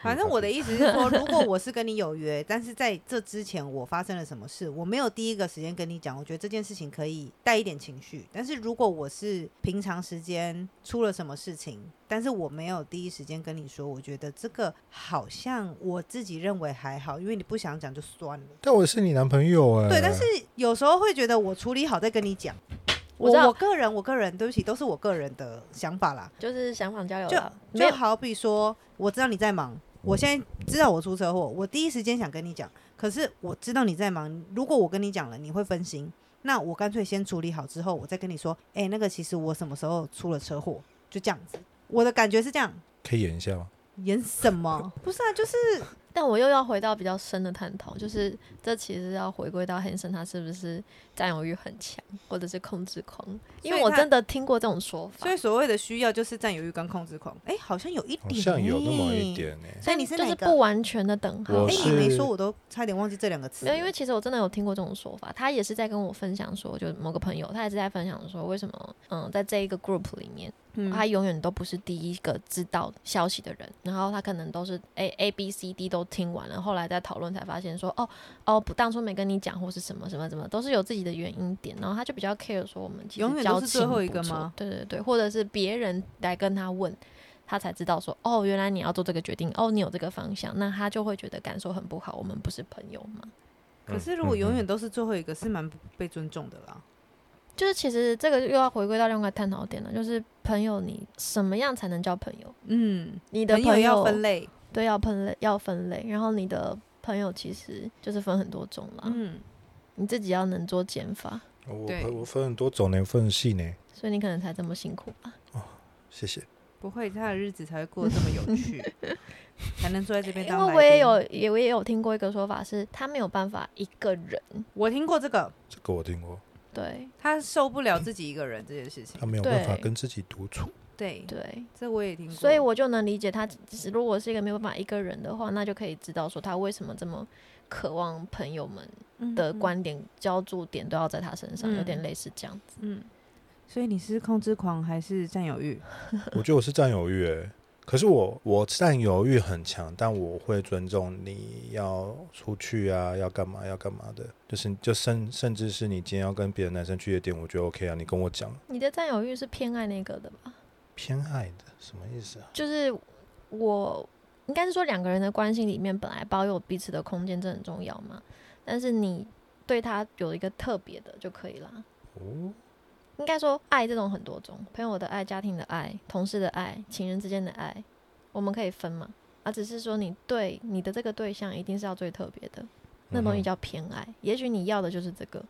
S3: 反正我的意思是说，如果我是跟你有约，但是在这之前我发生了什么事，我没有第一个时间跟你讲，我觉得这件事情可以带一点情绪。但是如果我是平常时间出了什么事情，但是我没有第一时间跟你说，我觉得这个好像我自己认为还好，因为你不想讲就算了。
S2: 但我是你男朋友哎、
S3: 对，但是有时候会觉得我处理好再跟你讲。
S1: 我
S3: 我
S1: 知道
S3: 我个人，我个人，对不起，都是我个人的想法啦。
S1: 就是想法交流
S3: 就
S1: 啦，呃没
S3: 就
S1: 有
S3: 好比说，我知道你在忙，我现在知道我出车祸，我第一时间想跟你讲，可是我知道你在忙，如果我跟你讲了，你会分心，那我干脆先处理好之后，我再跟你说，哎、那个其实我什么时候出了车祸，就这样子。我的感觉是这样，
S2: 可以演一下吗？
S3: 演什
S1: (laughs)
S3: 么？不是啊，就是
S1: 但我又要回到比较深的探讨，就是这其实要回归到 Hanson 他是不是占有欲很强，或者是控制狂？因为
S3: 所以
S1: 我
S3: 他
S1: 真的听过这种说法
S3: (laughs) 所，以所谓的需要就是占有欲跟控制狂。哎、好像有一
S2: 好
S3: 点、
S2: 哦像有那么一。点哎、
S3: 所以你是
S1: 就
S3: 哪
S1: 是
S3: 个？
S1: 不完全的等号
S2: 我
S3: 哎、
S1: 啦。
S3: 你没
S2: 是
S3: 说，我都差点忘记这两个词了。
S1: 没有，因为其实我真的有听过这种说法，他也是在跟我分享说，就某个朋友，他也是在分享说，为什么嗯，在这一个 group 里面，
S3: 嗯
S1: 他永远都不是第一个知道消息的人，然后他可能都是 A A B C D 都听完了，后来再讨论才发现说，哦哦，不，当初没跟你讲或是什么什么什么，都是有自己的原因点，然后他就比较 care 说我们其实
S3: 永远
S1: 交
S3: 都
S1: 情
S3: 是最后一个
S1: 不错
S3: 吗？
S1: 对对对，或者是别人来跟他问。他才知道说哦，原来你要做这个决定哦，你有这个方向，那他就会觉得感受很不好。我们不是朋友嘛？
S3: 可是
S2: 嗯
S3: 如果永远都是最后一个，是蛮不被尊重的啦。
S1: 就是其实这个又要回归到另外一个探讨点了，就是朋友，你什么样才能叫朋友？
S3: 嗯，
S1: 你的
S3: 朋
S1: 朋
S3: 友要分类。
S1: 对，要分类，要分类。然后你的朋友其实就是分很多种啦，
S3: 嗯，
S1: 你自己要能做减法，
S2: 我
S3: 对
S2: 我分很多种呢，分很细呢。
S1: 所以你可能才这么辛苦吧。
S2: 谢谢。
S3: 不会，他的日子才会过得这么
S1: (laughs)
S3: 有趣，才能坐在这边
S1: 因
S3: 当
S1: 为
S3: 来
S1: 我也
S3: 宾
S1: 有，也我也有听过一个说法是，他没有办法一个人，
S3: 我听过这个，
S2: 这个我听过，
S1: 对
S3: 他受不了自己一个人这件事情
S2: 他。没有办法
S1: 对
S2: 跟自己独处。
S3: 对，
S1: 对，
S3: 这我也听过。
S1: 所以我就能理解他，只是如果是一个没有办法一个人的话，那就可以知道说他为什么这么渴望朋友们的
S3: 嗯，
S1: 观点、焦注点都要在他身上，有点
S3: 嗯
S1: 类似这样子。
S3: 嗯，所以你是控制狂还是占有欲？
S2: 我觉得我是占有欲、欸，可是我我占有欲很强，但我会尊重你要出去啊，要干嘛要干嘛的，就是就甚甚至是你今天要跟别的男生去夜店，我觉得 OK 啊，你跟我讲
S1: 你的占有欲是偏爱那个的吧？
S2: 偏爱的什么意思啊？
S1: 就是我应该是说两个人的关系里面，本来保有彼此的空间，这很重要嘛。但是你对他有一个特别的就可以啦。
S2: 哦，
S1: 应该说爱这种很多种，朋友的爱、家庭的爱、同事的爱、情人之间的爱，我们可以分嘛。啊，只是说你对你的这个对象一定是要最特别的，那东西
S2: 嗯哼
S1: 叫偏爱。也许你要的就是这个，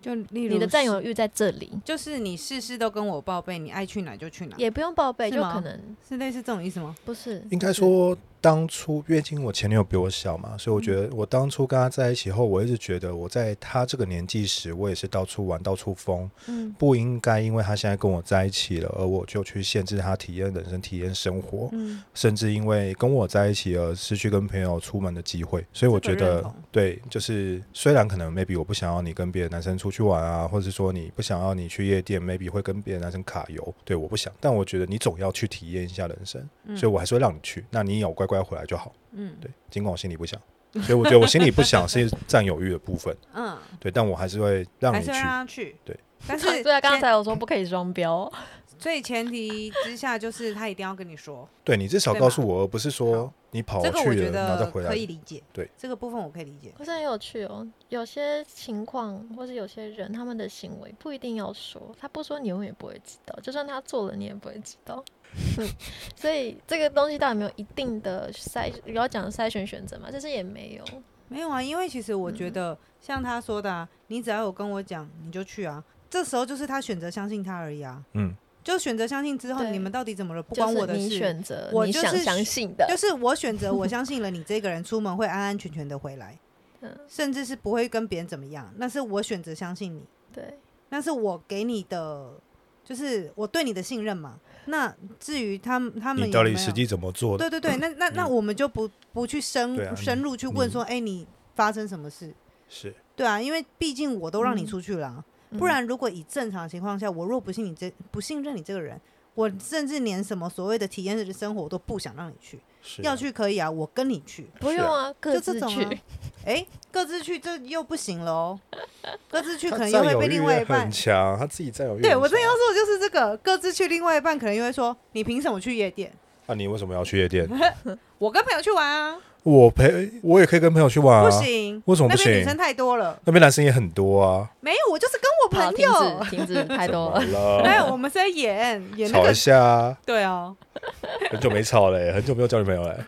S3: 就例如
S1: 你的占有
S3: 是，
S1: 欲在这里，
S3: 就是你事事都跟我报备，你爱去哪就去哪，
S1: 也不用报备，
S3: 是
S1: 就
S3: 吗
S1: 可能
S3: 是类似这种意思吗？
S1: 不是
S2: 应该说当初，因为因为我前女友比我小嘛，所以我觉
S1: 嗯
S2: 得我当初跟她在一起后，我一直觉得我在她这个年纪时，我也是到处玩到处疯，
S1: 嗯
S2: 不应该因为她现在跟我在一起了，而我就去限制她体验人生、体验生活，
S3: 嗯，
S2: 甚至因为跟我在一起而失去跟朋友出门的机会。所以我觉
S3: 这个
S2: 得
S3: 认同，
S2: 对，就是虽然可能 maybe 我不想要你跟别的男生出去玩啊，或者是说你不想要你去夜店，maybe 会跟别的男生卡油，对，我不想，但我觉得你总要去体验一下人生。
S3: 嗯
S2: 所以我还是会让你去。那你有乖乖回来就好。
S3: 嗯
S2: 对，尽管我心里不想， (laughs) 所以我觉得我心里不想是占有欲的部分。
S3: 嗯，
S2: 对，但我还是会让
S3: 还
S2: 你
S3: 是
S2: 去
S3: 会。让他去，
S2: 对，
S1: (laughs)
S3: 但是
S1: 对啊，刚
S3: 前
S1: 才我说不可以双标，啊
S3: 所以前提之下就是他一定要跟你说，
S2: 对你至少
S3: 对
S2: 告
S3: 嘛
S2: 诉我，而不是说你跑
S3: 这个我
S2: 去
S3: 觉
S2: 了然后再
S3: 得
S2: 回来
S3: 可。以理解，
S2: 对
S3: 这个部分我可以理解，
S1: 可是很有趣哦。有些情况或是有些人，他们的行为不一定要说，他不说你永远也不会知道，就算他做了你也不会知道。 (laughs) 嗯，所以这个东西到底有没有一定的筛，你要讲筛选选择嘛？其实也没有。
S3: 没有啊，因为其实我
S1: 嗯
S3: 觉得像他说的啊，你只要有跟我讲你就去啊，这时候就是他选择相信他而已啊，
S2: 嗯，
S3: 就选择相信之后
S1: 对
S3: 你们到底怎么了，不关我的
S1: 就是你
S3: 事。
S1: 选择
S3: 我
S1: 你
S3: 就是
S1: 想相信的，
S3: 就是我选择，我相信了你这个人出门会安安全全的回来，
S1: (laughs) 嗯，
S3: 甚至是不会跟别人怎么样。那是我选择相信你，
S1: 对，
S3: 那是我给你的，就是我对你的信任嘛。那至于他们他们
S2: 你到
S3: 有
S2: 底
S3: 没有
S2: 实际怎么做的？
S3: 对对对，那那那
S2: 嗯
S3: 我们就不不去深、
S2: 对啊
S3: 深入去问说，哎、你发生什么事？
S2: 是
S3: 对啊，因为毕竟我都让你
S1: 嗯
S3: 出去了啊、
S1: 嗯
S3: 不然如果以正常情况下，我若不信你这不信任你这个人，我甚至连什么所谓的体验式的生活都不想让你去，
S2: 是
S3: 要去可以啊，我跟你去，
S1: 不用啊，各
S3: (laughs) 就
S1: 自
S3: 这种
S1: 去
S3: 啊。哎、各自去这又不行了哦，各自去
S2: 他
S3: 可能又
S2: 占
S3: 会
S2: 有
S3: 被
S2: 欲
S3: 另外一
S2: 也
S3: 半
S2: 很。强，他自己占有欲很强。
S3: 对我正要说的就是这个，各自去另外一半可能又会说，你凭什么去夜店？
S2: 那啊你为什么要去夜店？
S3: 我跟朋友去玩啊，
S2: 我陪我也可以跟朋友去玩
S3: 不
S2: 啊，
S3: 行，
S2: 为什么不
S3: 那边女
S2: 行？
S3: 生太多了。
S2: 那边男生也很多啊，
S3: 没有，我就是跟我
S1: 好，
S3: 朋
S1: 停
S3: 友
S1: 止，。停止，太
S2: 怎
S3: 哦
S1: 多
S2: 么
S3: (laughs)
S1: 了。
S3: 没
S2: 了？
S3: 有，我们是在演演哎那
S2: 吵
S3: 个
S2: 一。下啊，
S3: 对啊，
S2: 很久没吵了欸，很久没有交女朋友了欸。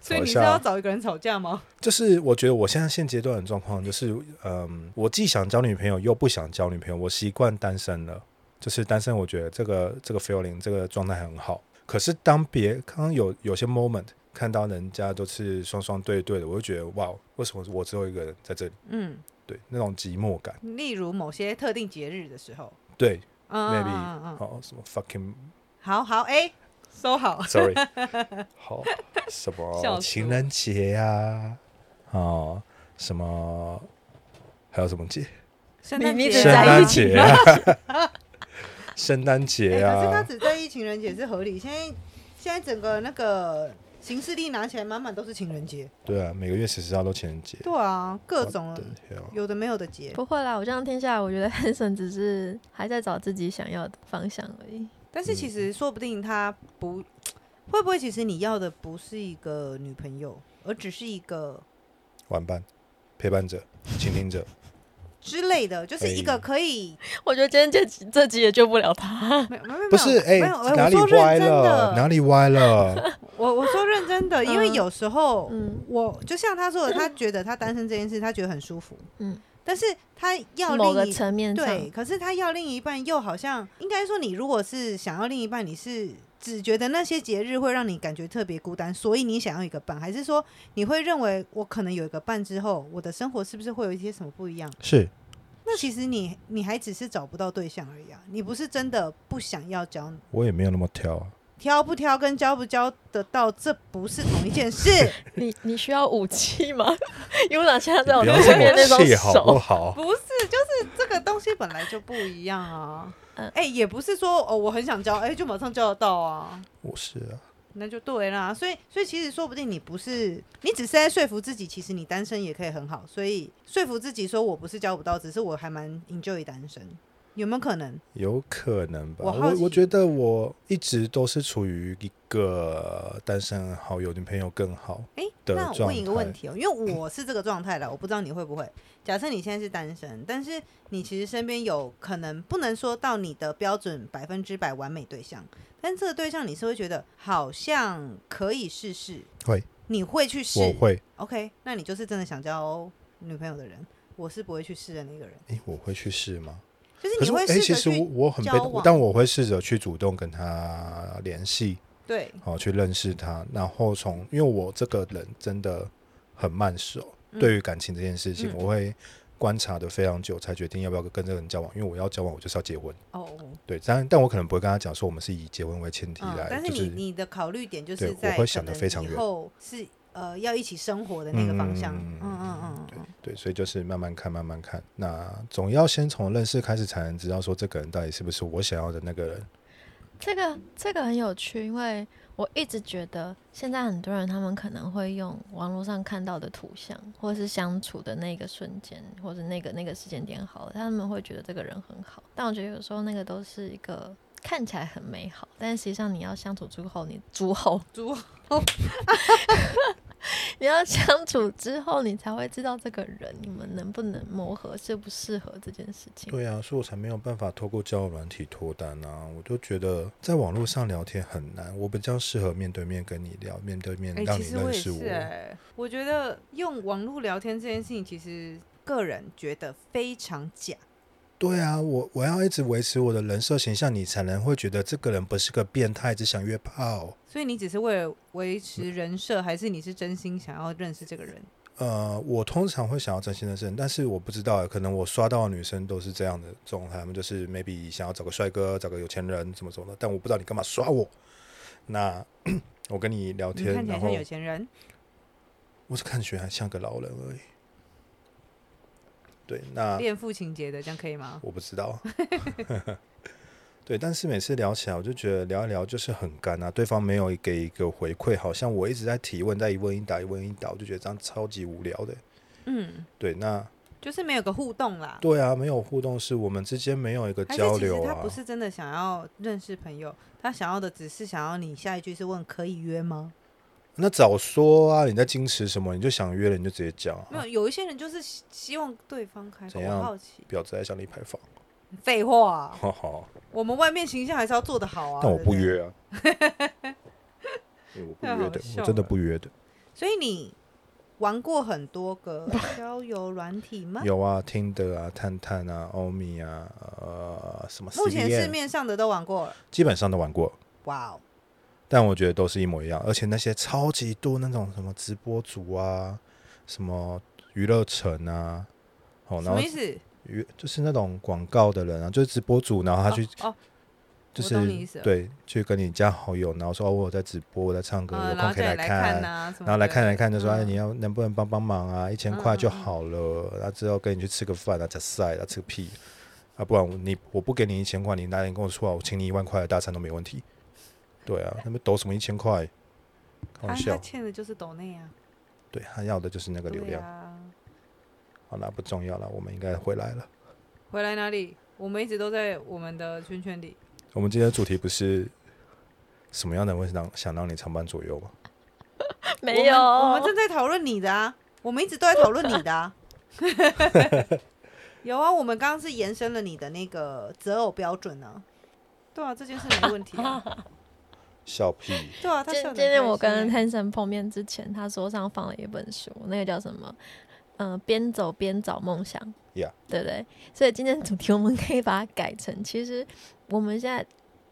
S3: 所以
S2: 吵
S3: 你
S2: 一
S3: 是
S2: 下啊
S3: 要找一个人吵架吗？
S2: 就是我觉得我现在现阶段的状况就是，嗯，我既想交女朋友又不想交女朋友，我习惯单身了。就是单身，我觉得这个这个 feeling 这个状态很好。可是当别刚刚有有些 moment 看到人家都是双双对对的，我就觉得哇，为什么我只有一个人在这里？
S3: 嗯，
S2: 对，那种寂寞感。
S3: 例如某些特定节日的时候。
S2: 对，
S3: 嗯
S2: Maybe
S3: 嗯嗯嗯
S2: 好什么 fucking (laughs)
S3: 好好，哎，收好。
S2: sorry，好什
S3: (laughs) 笑
S2: 么
S3: 死
S2: 情
S3: 我
S2: 人节啊，哦什么还有什么节？
S3: 圣
S1: 你
S3: 诞
S1: 你
S3: 节
S1: 只
S2: 圣
S1: 在
S2: 诞
S1: 意
S2: 节啊， (laughs) 圣诞节
S3: 哎，可是他
S2: 啊，
S3: 只在意情人节是合理。现在现在整个那个行事历拿起来，满满都是情人节。
S2: 对啊，每个月十四号都情人节，
S3: 对啊，各种
S2: 对啊
S3: 有的没有的节。
S1: 不会啦，我这样听下来，我觉得 Hanson 只是还在找自己想要的方向而已。
S3: 但是其实说不定他不会不会，其实你要的不是一个女朋友，而只是一个
S2: 玩伴、陪伴者、倾听
S3: (laughs)
S2: 者，
S3: 之类的，就是一个
S2: 哎
S3: 可以
S1: 我觉得今天这集这集也救不了他。
S3: 没有没有没有
S2: 不是哎
S3: 没有，哎
S2: 哪里
S3: 我说
S2: 歪
S3: 认真
S2: 了？
S3: 的，
S2: 哪里歪
S3: (laughs)
S2: 了？
S3: 我我说认真的，因为
S1: 嗯
S3: 有时候
S1: 嗯
S3: 我就像他说的，他觉得他单身这件事，他觉得很舒服，
S1: 嗯，
S3: 但是他要
S1: 某个
S3: 另一
S1: 层面上，
S3: 对，可是他要另一半又好像应该说，你如果是想要另一半，你是只觉得那些节日会让你感觉特别孤单，所以你想要一个伴，还是说你会认为我可能有一个伴之后，我的生活是不是会有一些什么不一样？
S2: 是
S3: 那其实你你还只是找不到对象而已啊，你不是真的不想要交
S2: 我也没有那么挑啊，
S3: 挑不挑跟交不交得到，这不是同一件事。
S1: 你你需要武器吗？ (laughs) 因为我现在在我
S2: 不要
S1: 后
S2: 这
S1: 面那
S2: 么
S1: 双
S2: 气好不
S1: 手，
S2: 好？
S3: (laughs) 不是，就是这个东西本来就不一样啊。哎、
S1: 嗯
S3: 也不是说哦，我很想交，哎、就马上交得到啊，
S2: 我是啊，
S3: 那就对啦。所以，所以其实说不定你不是，你只是在说服自己，其实你单身也可以很好。所以说服自己说我不是交不到，只是我还蛮 enjoy 单身，有没有可能？
S2: 有可能吧。
S3: 我
S2: 我
S3: 好
S2: 我
S3: 奇
S2: 觉得我一直都是处于一个单身好有女朋友更好
S3: 哎、
S2: 的
S3: 那我
S2: 状
S3: 问一个问
S2: 态
S3: 题哦，因为我是这个状态了，我不知道你会不会。假设你现在是单身，但是你其实身边有可能不能说到你的标准百分之百完美对象，但这个对象你是会觉得好像可以试试，
S2: 会
S3: 你会去试
S2: 我会
S3: OK，那你就是真的想交女朋友的人。我是不会去试的那个人，
S2: 诶，我会去试吗？
S3: 就是
S2: 可
S3: 你
S2: 是我，
S3: 会
S2: 诶，其
S3: 试着
S2: 实
S3: 去
S2: 我我很被
S3: 交往，
S2: 但我会试着去主动跟他联系，
S3: 对，
S2: 哦，去认识他，然后从因为我这个人真的很慢熟，
S3: 嗯
S2: 对于感情这件事情，
S3: 嗯
S2: 我会观察的非常久，才决定要不要跟这个人交往。因为我要交往，我就是要结婚。
S3: 哦，
S2: 对，但但我可能不会跟他讲说我们是以结婚为前提
S3: 嗯
S2: 来，，
S3: 但是
S2: 就
S3: 你、
S2: 是
S3: 你的考虑点就
S2: 对
S3: 是
S2: 我
S3: 在
S2: 会
S3: 可
S2: 想得
S3: 能
S2: 非常
S3: 以
S2: 远
S3: 后是呃要一起生活的那个方向，
S2: 嗯
S3: 嗯嗯嗯嗯，
S2: 对，所以就是慢慢看，慢慢看。那总要先从认识开始，才能知道说这个人到底是不是我想要的那个人。
S1: 这个这个很有趣，因为我一直觉得现在很多人他们可能会用网络上看到的图像，或是相处的那个瞬间，或者那个那个时间点好了，他们会觉得这个人很好。但我觉得有时候那个都是一个看起来很美好，但实际上你要相处之后，你之后
S3: 猪、
S1: (laughs) 你要相处之后，你才会知道这个人你们能不能磨合，适不适合这件事情。
S2: 对啊，所以我才没有办法透过交友软体脱单啊！我就觉得在网络上聊天很难，我比较适合面对面跟你聊，面对面
S3: 哎、
S2: 让
S3: 其
S2: 你
S3: 实我
S2: 认
S3: 也
S2: 识
S3: 是哎、我觉得用网络聊天这件事情，其实个人觉得非常假。
S2: 对啊，我我要一直维持我的人设形象，你才能会觉得这个人不是个变态，只想约炮。
S3: 所以你只是为了
S2: 嗯
S3: 维持人设，还是你是真心想要认识这个人？
S2: 呃，我通常会想要真心的生，但是我不知道欸，可能我刷到的女生都是这样的状态，她们就是 maybe 想要找个帅哥，找个有钱人，怎么怎么的，但我不知道你干嘛刷我。那 (clears throat) 我跟你聊
S3: 你
S2: 天
S3: 看，起来
S2: 然后
S3: 像有钱人，
S2: 我是看起来像个老人而已。对，那
S3: 恋父情节的，这样可以吗？
S2: 啊我不知道。
S3: (laughs)
S2: 对，但是每次聊起来，我就觉得聊一聊就是很干啊，对方没有给一个回馈，好像我一直在提问，在一问一答，一问一答，我就觉得这样超级无聊的。
S3: 嗯，
S2: 对，那
S3: 就是没有个互动啦。
S2: 对啊，没有互动是我们之间没有一个
S3: 还
S2: 交
S3: 是其实
S2: 流
S3: 他
S2: 啊
S3: 不。是真的想要认识朋友，他想要的只是想要你下一句是问可以约吗？
S2: 那早说啊，你在矜持什么？你就想约了，你就直接讲、
S3: 没
S2: 啊。
S3: 有，有一些人就是希希望对方开口。
S2: 怎样
S3: 我好奇，
S2: 婊子在向你牌
S3: 哦
S2: (laughs) 坊，
S3: 废话，啊
S2: 哈哈。
S3: 我们外面形象还是要做得好啊。
S2: 但我
S3: 对
S2: 不
S3: 对。 (laughs)
S2: 约啊，因为我不
S3: 太
S2: 约
S3: 好
S2: 的，
S3: 笑
S2: 我真的
S3: 了
S2: 不约的。
S3: 所以你玩过很多个交友软体吗？
S2: 有啊，听的啊，探探啊，欧米啊，呃，什么 CDN？
S3: 目前市面上的都玩过了。
S2: 基本上都玩过，
S3: 哇哦，
S2: 但我觉得都是一模一样。而且那些超级多那种什么直播主啊，什么娱乐城啊，哦，
S3: 什
S2: 然后
S3: 么意思？
S2: 娱就是那种广告的人啊，就是直播主，然后他去、
S3: 哦，哦
S2: 就
S3: 我
S2: 是
S3: 懂你意思了
S2: 对，去跟你加好友，然后说哦，我有在直播，我在唱歌，
S3: 嗯
S2: 有
S3: 然
S2: 空
S3: 后
S2: 可以
S3: 叫你
S2: 看
S3: 看。啊，什么
S2: 然后来看
S3: 的
S2: 来看，就说、哎，
S3: 嗯
S2: 你要能不能帮帮忙啊？一千
S3: 嗯
S2: 块就
S3: 嗯嗯
S2: 好了。然后之后跟你去吃个饭啊，吃晒啊，吃个屁啊！不然我你我不给你一千块，你哪天跟我说啊，我请你一万块的大餐都没问题。对啊，他们抖什么一千块？开
S3: 啊
S2: 玩
S3: 他
S2: 笑，
S3: 欠的就是抖内啊，
S2: 对他要的就是那个流
S3: 对
S2: 量。
S3: 啊。
S2: 好啦，不重要了，我们应该回来了。
S3: 回来哪里？我们一直都在我们的圈圈里。
S2: 我们今天的主题不是什么样的人会让想让你长伴左右吗？
S1: 没有，
S3: 我们我们正在讨论你的啊，我们一直都在讨论你
S2: (laughs)
S3: 的啊。有啊，我们刚刚是延伸了你的那个择偶标准呢、啊。对啊，这件事没问题啊。
S2: 笑屁！
S3: 对啊，他
S1: 今
S3: 笑得很
S1: 今天
S3: 开
S1: 我
S3: 心
S1: 跟
S3: 欸
S1: Hanson 碰面之前，他桌上放了一本书，那个叫什么？嗯、边走边找梦想
S2: Yeah
S1: 对不对？所以今天主题我们可以把它改成，其实我们现在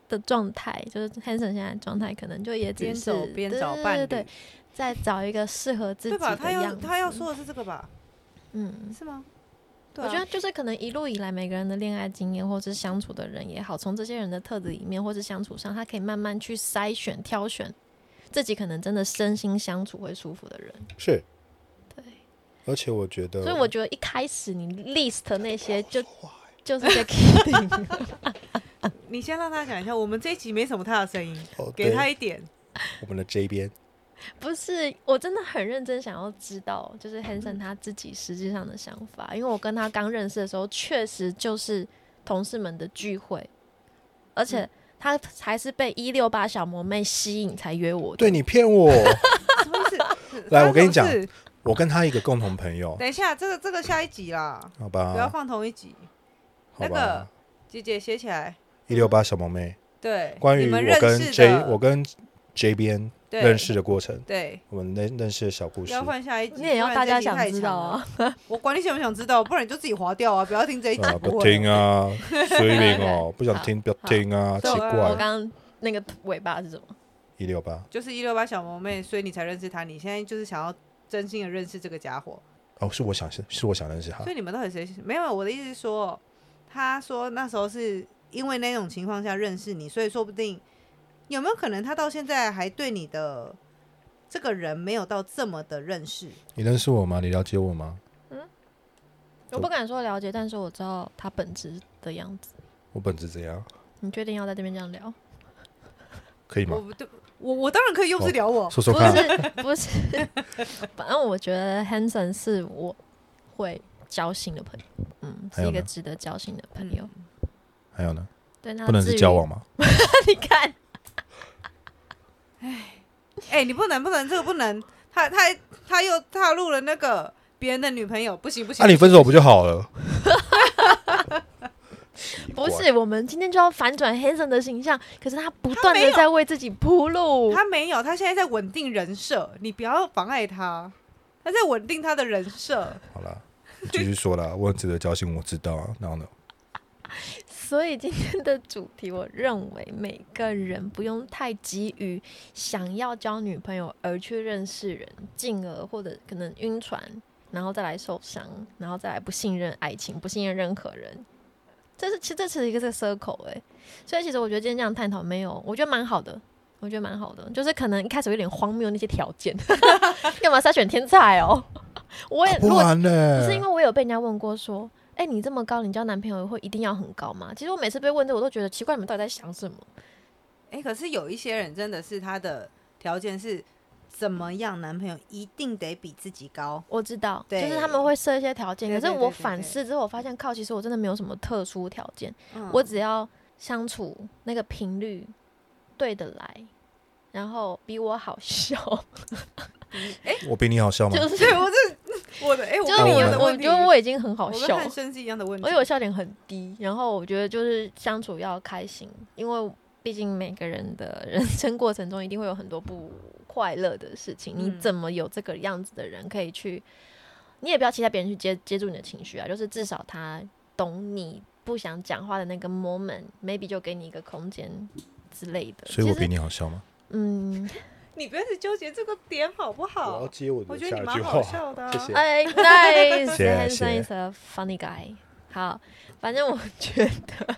S1: 的状态，就是 Hanson 现在的状态，可能就也只
S3: 边
S1: 是
S3: 走边找
S1: 对
S3: 伴
S1: 对
S3: 侣，
S1: 对对，在找一个适合自己
S3: 对吧？
S1: 的
S3: 他
S1: 样
S3: 要
S1: 子。
S3: 他要，说的是这个吧？
S1: 嗯，
S3: 是吗？对啊
S1: 我觉得就是可能一路以来每个人的恋爱经验，或是相处的人也好，从这些人的特质里面，或是相处上，他可以慢慢去筛选、挑选自己可能真的身心相处会舒服的人。
S2: 是，
S1: 对，
S2: 而且我觉得，
S1: 所以我觉得一开始你 list 那些就就是一个 (laughs) kidding，
S3: 你先让他讲一下，我们这一集没什么他的声音，
S2: 哦
S3: 给他
S2: 对
S3: 一点。
S2: 我们的 J 边
S1: 不是，我真的很认真想要知道，就是 Hanson 他自己实际上的想法，因为我跟他刚认识的时候，确实就是同事们的聚会，而且他还是被一六八小魔妹吸引才约我的。
S2: 对你骗
S3: (laughs)
S2: 我。
S3: 什么意思
S2: 来
S3: 发
S2: 我跟
S3: 生
S2: 你讲
S3: 什么事
S2: 我跟他一个共同朋友，
S3: 等一下，这个这个下一集啦，
S2: 好
S3: 不要
S2: 吧，
S3: 放同一集。
S2: 好
S3: 那
S2: 吧
S3: 个，姐姐写起来，
S2: 一六八小萌妹，
S3: 对，
S2: 关
S3: 你
S2: 于
S3: 们
S2: 我
S3: 认
S2: 跟
S3: 识
S2: J，我
S3: 的
S2: 跟 J 边
S3: 对
S2: 认识的过程，
S3: 对，
S2: 我们认认识的小故事呃
S3: 要。换下一
S1: 你
S3: 集，
S1: 也要
S3: 不然
S1: 大
S3: 这
S1: 家
S3: 一集
S1: 想
S3: 太
S1: 知
S3: 长
S1: 道
S2: (laughs)
S3: 了。
S1: 啊。
S3: 我管你想不想知道，不然你就自己划掉啊，不要听这一集
S2: 啊，，
S3: 不
S2: 不
S3: 会
S2: 听啊，水灵
S3: (laughs)
S2: 哦，不想
S1: 好
S2: 听不要听啊，
S3: 对
S2: 奇
S3: 我
S1: 我
S3: 好
S2: 怪，
S1: 刚刚那个尾巴是什么？
S2: 一六八
S3: 就是一六八小萌妹，所以你才认识她。你现在就是想要真心的认识这个家伙，
S2: 哦，是我想是是我想认识他
S3: 所，以你们到底谁？没有，我的意思是说，他说那时候是因为那种情况下认识你，所以说不定有没有可能他到现在还对你的这个人没有到这么的认识？
S2: 你认识我吗？你了解我吗？
S1: 我不敢说了解，但是我知道他本质的样子。
S2: 我本质怎样？
S1: 你确定要在这边这样聊？
S2: 可以
S3: 我
S2: 吗？
S3: 不对，我我当然可以用是聊我，
S2: 说说
S1: 不
S2: 看啊，
S1: 是不是， (laughs) 反正我觉得 Hanson 是我会交心的朋友，嗯，是
S2: 还有
S1: 一个
S2: 呢
S1: 值得交心的朋友。
S3: 嗯
S2: 还有呢？
S1: 对，那
S2: 不能
S1: 至
S2: 是
S1: 于
S2: 交。往吗？
S1: (laughs) 你看，
S3: 哎、你不能不能，这个不能，他他他又踏入了那个别人的女朋友，不行不行。
S2: 那啊你分手不就好了？
S1: 不是我们今天就要反转 Hanson 的形象，可是他不断
S3: 没
S1: 的
S3: 有
S1: 在为自己铺路。
S3: 他没有，他现在在稳定人设，你不要妨碍他，他在稳定他的人设。
S2: 好啦，你继续说啦，我很值得交心，我知道啊。然后呢？
S1: (laughs) 所以今天的主题，我认为每个人不用太急于想要交女朋友而去认识人，进而或者可能晕船，然后再来受伤，然后再来不信任爱情，不信任任何人。这是其实这是一个这个 circle 哎、所以其实我觉得今天这样探讨没有，我觉得蛮好的。我觉得蛮好的，就是可能一开始有点荒谬那些条件， (laughs) 干嘛筛选天才哦？我也如
S2: 啊不
S1: 果
S2: 然呢？
S1: (laughs) 不是因为我有被人家问过说，哎、你这么高，你交男朋友会一定要很高吗？其实我每次被问这，我都觉得奇怪，你们到底在想什么？
S3: 哎、可是有一些人真的是他的条件是怎么样，男朋友一定得比自己高。
S1: 我知道，就
S3: 对
S1: 是他们会设一些条件，
S3: 对
S1: 可是
S3: 对
S1: 我
S3: 对对
S1: 反
S3: 对
S1: 思之后，我发现靠，其实我真的没有什么特殊条件，
S3: 嗯
S1: 我只要相处那个频率对得来，然后比我好笑，
S2: 我比你好笑吗？
S1: 就是 (laughs)
S3: 对我这我的哎、
S1: 就
S3: 我
S1: 是
S3: 跟你一样
S1: 我
S3: 的
S1: 我
S3: 问题，
S1: 觉得我已经很好
S3: 我
S1: 笑
S3: 跟
S1: 了
S3: 汉，生是一样的问题
S1: 而且。我笑点很低，然后我觉得就是相处要开心，因为毕竟每个人的人生过程中一定会有很多不快乐的事情，你
S3: 嗯
S1: 怎么有这个样子的人可以去？你也不要期待别人去接接住你的情绪啊，就是至少他懂你不想讲话的那个 moment，maybe 就给你一个空间之类的。
S2: 所以我
S1: 其实
S2: 比你好笑吗？
S1: 嗯，
S3: 你不要去纠结这个点好不好？
S2: 接我
S3: 我觉得你蛮
S2: (laughs)
S3: 好笑的、啊。，
S2: 谢谢
S1: 哎，nice，
S2: 谢
S1: Hanson
S2: 谢
S1: is a funny guy。好，反正我觉得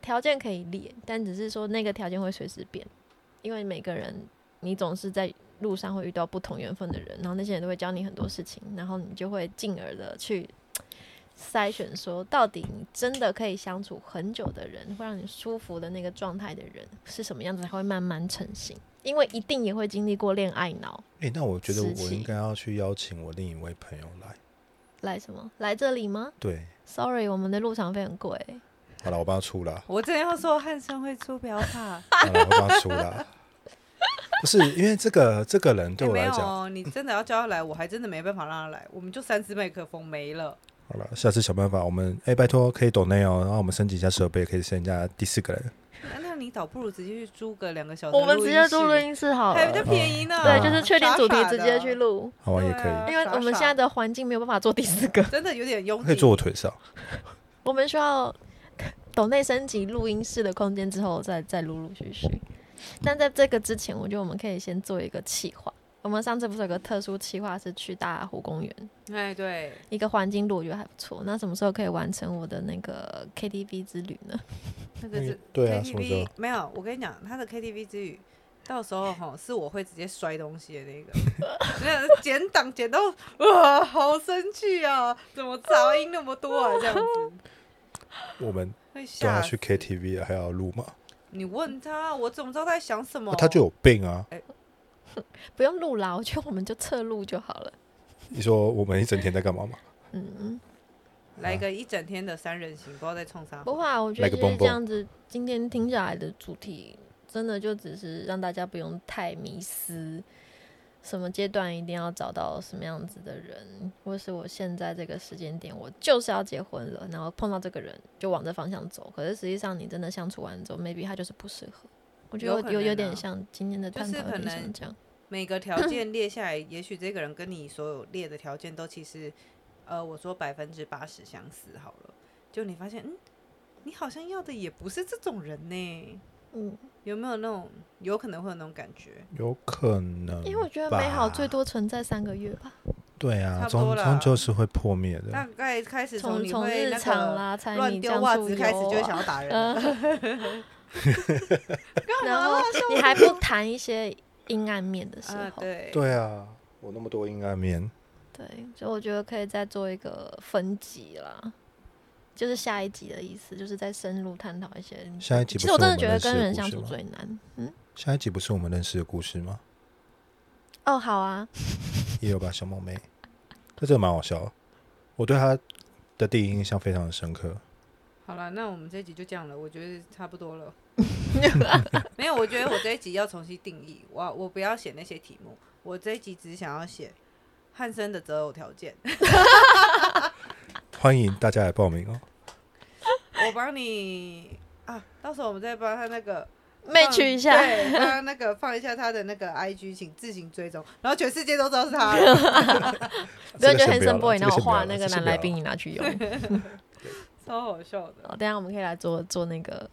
S1: 条件可以列，但只是说那个条件会随时变，因为每个人你总是在路上会遇到不同缘分的人，然后那些人都会教你很多事情，然后你就会进而的去筛选说，到底你真的可以相处很久的人，会让你舒服的那个状态的人是什么样子，才会慢慢成型。因为一定也会经历过恋爱脑，
S2: 哎，那我觉得
S1: 时
S2: 我
S1: 期
S2: 应该要去邀请我另一位朋友来。
S1: 来什么？来这里吗？
S2: 对，
S1: Sorry，我们的入场费很贵。
S2: 好了，我帮他出了
S3: 我真的要说汉生会出，不要怕。
S2: 好了，我帮他出了。不是因为这个这个 (laughs) 人对
S3: 欸
S2: 我
S3: 没
S2: 来
S3: 有
S2: 讲，
S3: 哦，你真的要叫他来，我还真的没办法让他来，我们就三支麦克风没了。
S2: 好了，下次想办法。我们哎，拜托可以抖内哦，然后我们升级一下设备，可以升级一下第四个人。
S3: 那那你倒不如直接去租个两个小时，
S1: 我们直接录录，音室好
S3: 还比较
S1: 了。
S3: 便宜呢。
S1: 对，就是确定主题
S3: 傻傻
S1: 直
S3: 的
S1: 接去，录，
S2: 好啊，也
S3: 对
S2: 可
S3: 啊
S2: 以，
S1: 因为我们现在的环境没有办法做第四个， (laughs)
S3: 真的有点拥
S2: 可以
S3: 挤。
S2: 坐我腿上。
S1: 我们需要抖内升级录音室的空间之后再，再陆陆续续。但在这个之前，我觉得我们可以先做一个企划。我们上次不是有个特殊企划是去大湖公园，
S3: 哎，对，
S1: 一个环境录，我觉得还不错。那什么时候可以完成我的那个 KTV 之旅呢？
S3: 那个是
S2: 嗯对啊什么时
S3: KTV
S2: 候
S3: 没有。我跟你讲，他的 KTV 之旅，到时候哈是我会直接摔东西的
S2: (laughs)
S3: 那个，那剪档剪到哇，好生气啊！怎么杂音那么多啊？这样子
S2: 我们
S3: 会
S2: 都要
S3: 吓
S2: 去
S3: 死。
S2: KTV 啊了，还要录吗？
S3: 你问他，我怎么知道他在想什么？
S2: 他就有病啊！
S1: 不用录啦，我觉得我们就侧录就好了。
S2: 你说我们一整天在干嘛吗？
S1: 嗯。
S3: 来个一整天的三人行，不知道在冲啥。
S1: 不会啊，我觉
S2: 来
S1: 得
S2: 个
S1: 就是这
S2: 蹦蹦
S1: 样子。今天听下来的主题，真的就只是让大家不用太迷失，什么阶段一定要找到什么样子的人，或是我现在这个时间点，我就是要结婚了，然后碰到这个人就往这方向走。可是实际上，你真的相处完之后，maybe 他就是不适合。我觉得
S3: 有可
S1: 有有
S3: 能啊
S1: 点像今天的探
S3: 就是
S1: 讨
S3: 可
S1: 有点
S3: 能
S1: 像这样。
S3: 每个
S1: 嗯
S3: 条件列下来，也许这个人跟你所有列的条件都其实，呃，我说百分之八十相似好了，就你发现，嗯，你好像要的也不是这种人呢，
S1: 嗯，
S3: 有没有那种有可能会有那种感觉？
S2: 有可能，
S1: 因为我觉得美好最多存在三个月吧，
S2: 对
S3: 差
S2: 啊，
S3: 不多
S2: 终
S3: 啦
S2: 终究是会破灭
S3: 大
S2: 的。
S3: 概开始
S1: 从
S3: 你
S1: 从
S3: 会
S1: 日
S3: 那
S1: 常
S3: 个
S1: 啦、柴
S3: 乱
S1: 米
S3: 丢
S1: 酱
S3: 袜
S1: 醋
S3: 子开始，就会
S1: 油
S3: 想
S1: 啊，
S3: 要 (laughs) 打人了。
S1: 嗯
S3: 干
S1: 然
S3: 嘛
S1: 后
S3: 啊？
S1: 你还不谈一些阴暗面的时
S3: 啊，
S1: 候，
S3: 对，
S2: 对啊，我那么多阴暗面，
S1: 对，所以我觉得可以再做一个分级啦，就是下一集的意思，就是再深入探讨一些。
S2: 下一集
S1: 其实
S2: 不是
S1: 我真的
S2: 们
S1: 觉得
S2: 认识
S1: 跟人
S2: 故
S1: 相
S2: 事
S1: 处
S2: 吗？
S1: 最难。嗯，
S2: 下一集不是我们认识的故事吗？
S1: 哦，好啊，
S2: 也有吧，小猫妹， (laughs) 但这个蛮好笑的，我对她的第一印象非常的深刻。
S3: 好了，那我们这一集就这样了，我觉得差不多
S1: (laughs)
S3: 了。没有，我觉得我这一集要重新定义，我我不要写那些题目，我这一集只想要写汉森的择偶条件，
S2: 欢迎大家来报名哦。
S3: 我帮你啊，到时候我们再帮他那个
S1: 媚
S3: 放
S1: 趣一下，
S3: 对，帮他那个放一下他的那个 IG，请自行追踪，然后全世界都知道是
S1: (laughs)
S3: 他了，
S1: 不要
S2: 这
S1: 觉
S2: 个
S1: 得
S2: 先不
S1: Hanson
S2: 要了
S1: Boy，
S2: 这
S1: 然
S2: 个
S1: 后
S2: 先不要
S1: 画
S2: 了
S1: 那
S2: 这
S1: 个
S2: 先
S1: 男
S2: 不
S1: 来
S2: 要
S1: 宾
S2: 了
S1: 你拿去用。
S3: 超好笑的。
S1: 哦，等一下我们可以来做做那
S3: (laughs)
S1: 个，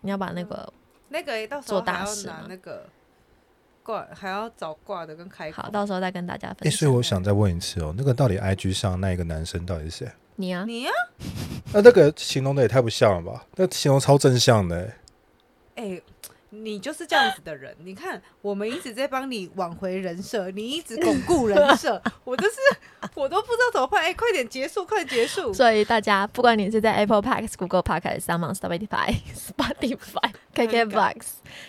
S1: 你要把那个
S3: 那个欸到时
S1: 做
S3: 候还
S1: 大
S3: 要
S1: 事
S3: 拿
S1: 吗
S3: 那个挂，还要找挂的跟开口
S1: 好，。到时候再跟大家
S2: 哎、
S1: 分
S2: 所
S1: 享。
S2: 以我想再问一次哦，那个到底 IG 上那一个男生到底是谁？
S1: 你啊，
S3: 你啊，
S2: 那这个形容的也太不像了吧？那形容超正向的、欸，
S3: 哎、你就是这样子的人。你看，我们一直在帮你挽回人设，你一直巩固人设，我就是我都不知道怎么办。哎、快点结束，快点结
S1: (laughs)
S3: 束。
S1: 所以大家不管你是在 Apple Park、Google Park、s a m o n Spotify、Spotify、KKBox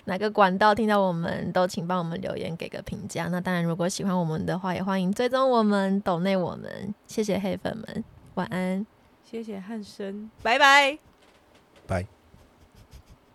S1: 哪个管道听到我们，都请帮我们留言给个评价。那当然，如果喜欢我们的话，也欢迎追踪我们、抖内我们。谢谢黑粉们，晚安。
S3: 谢谢汉生，拜拜。
S2: 拜。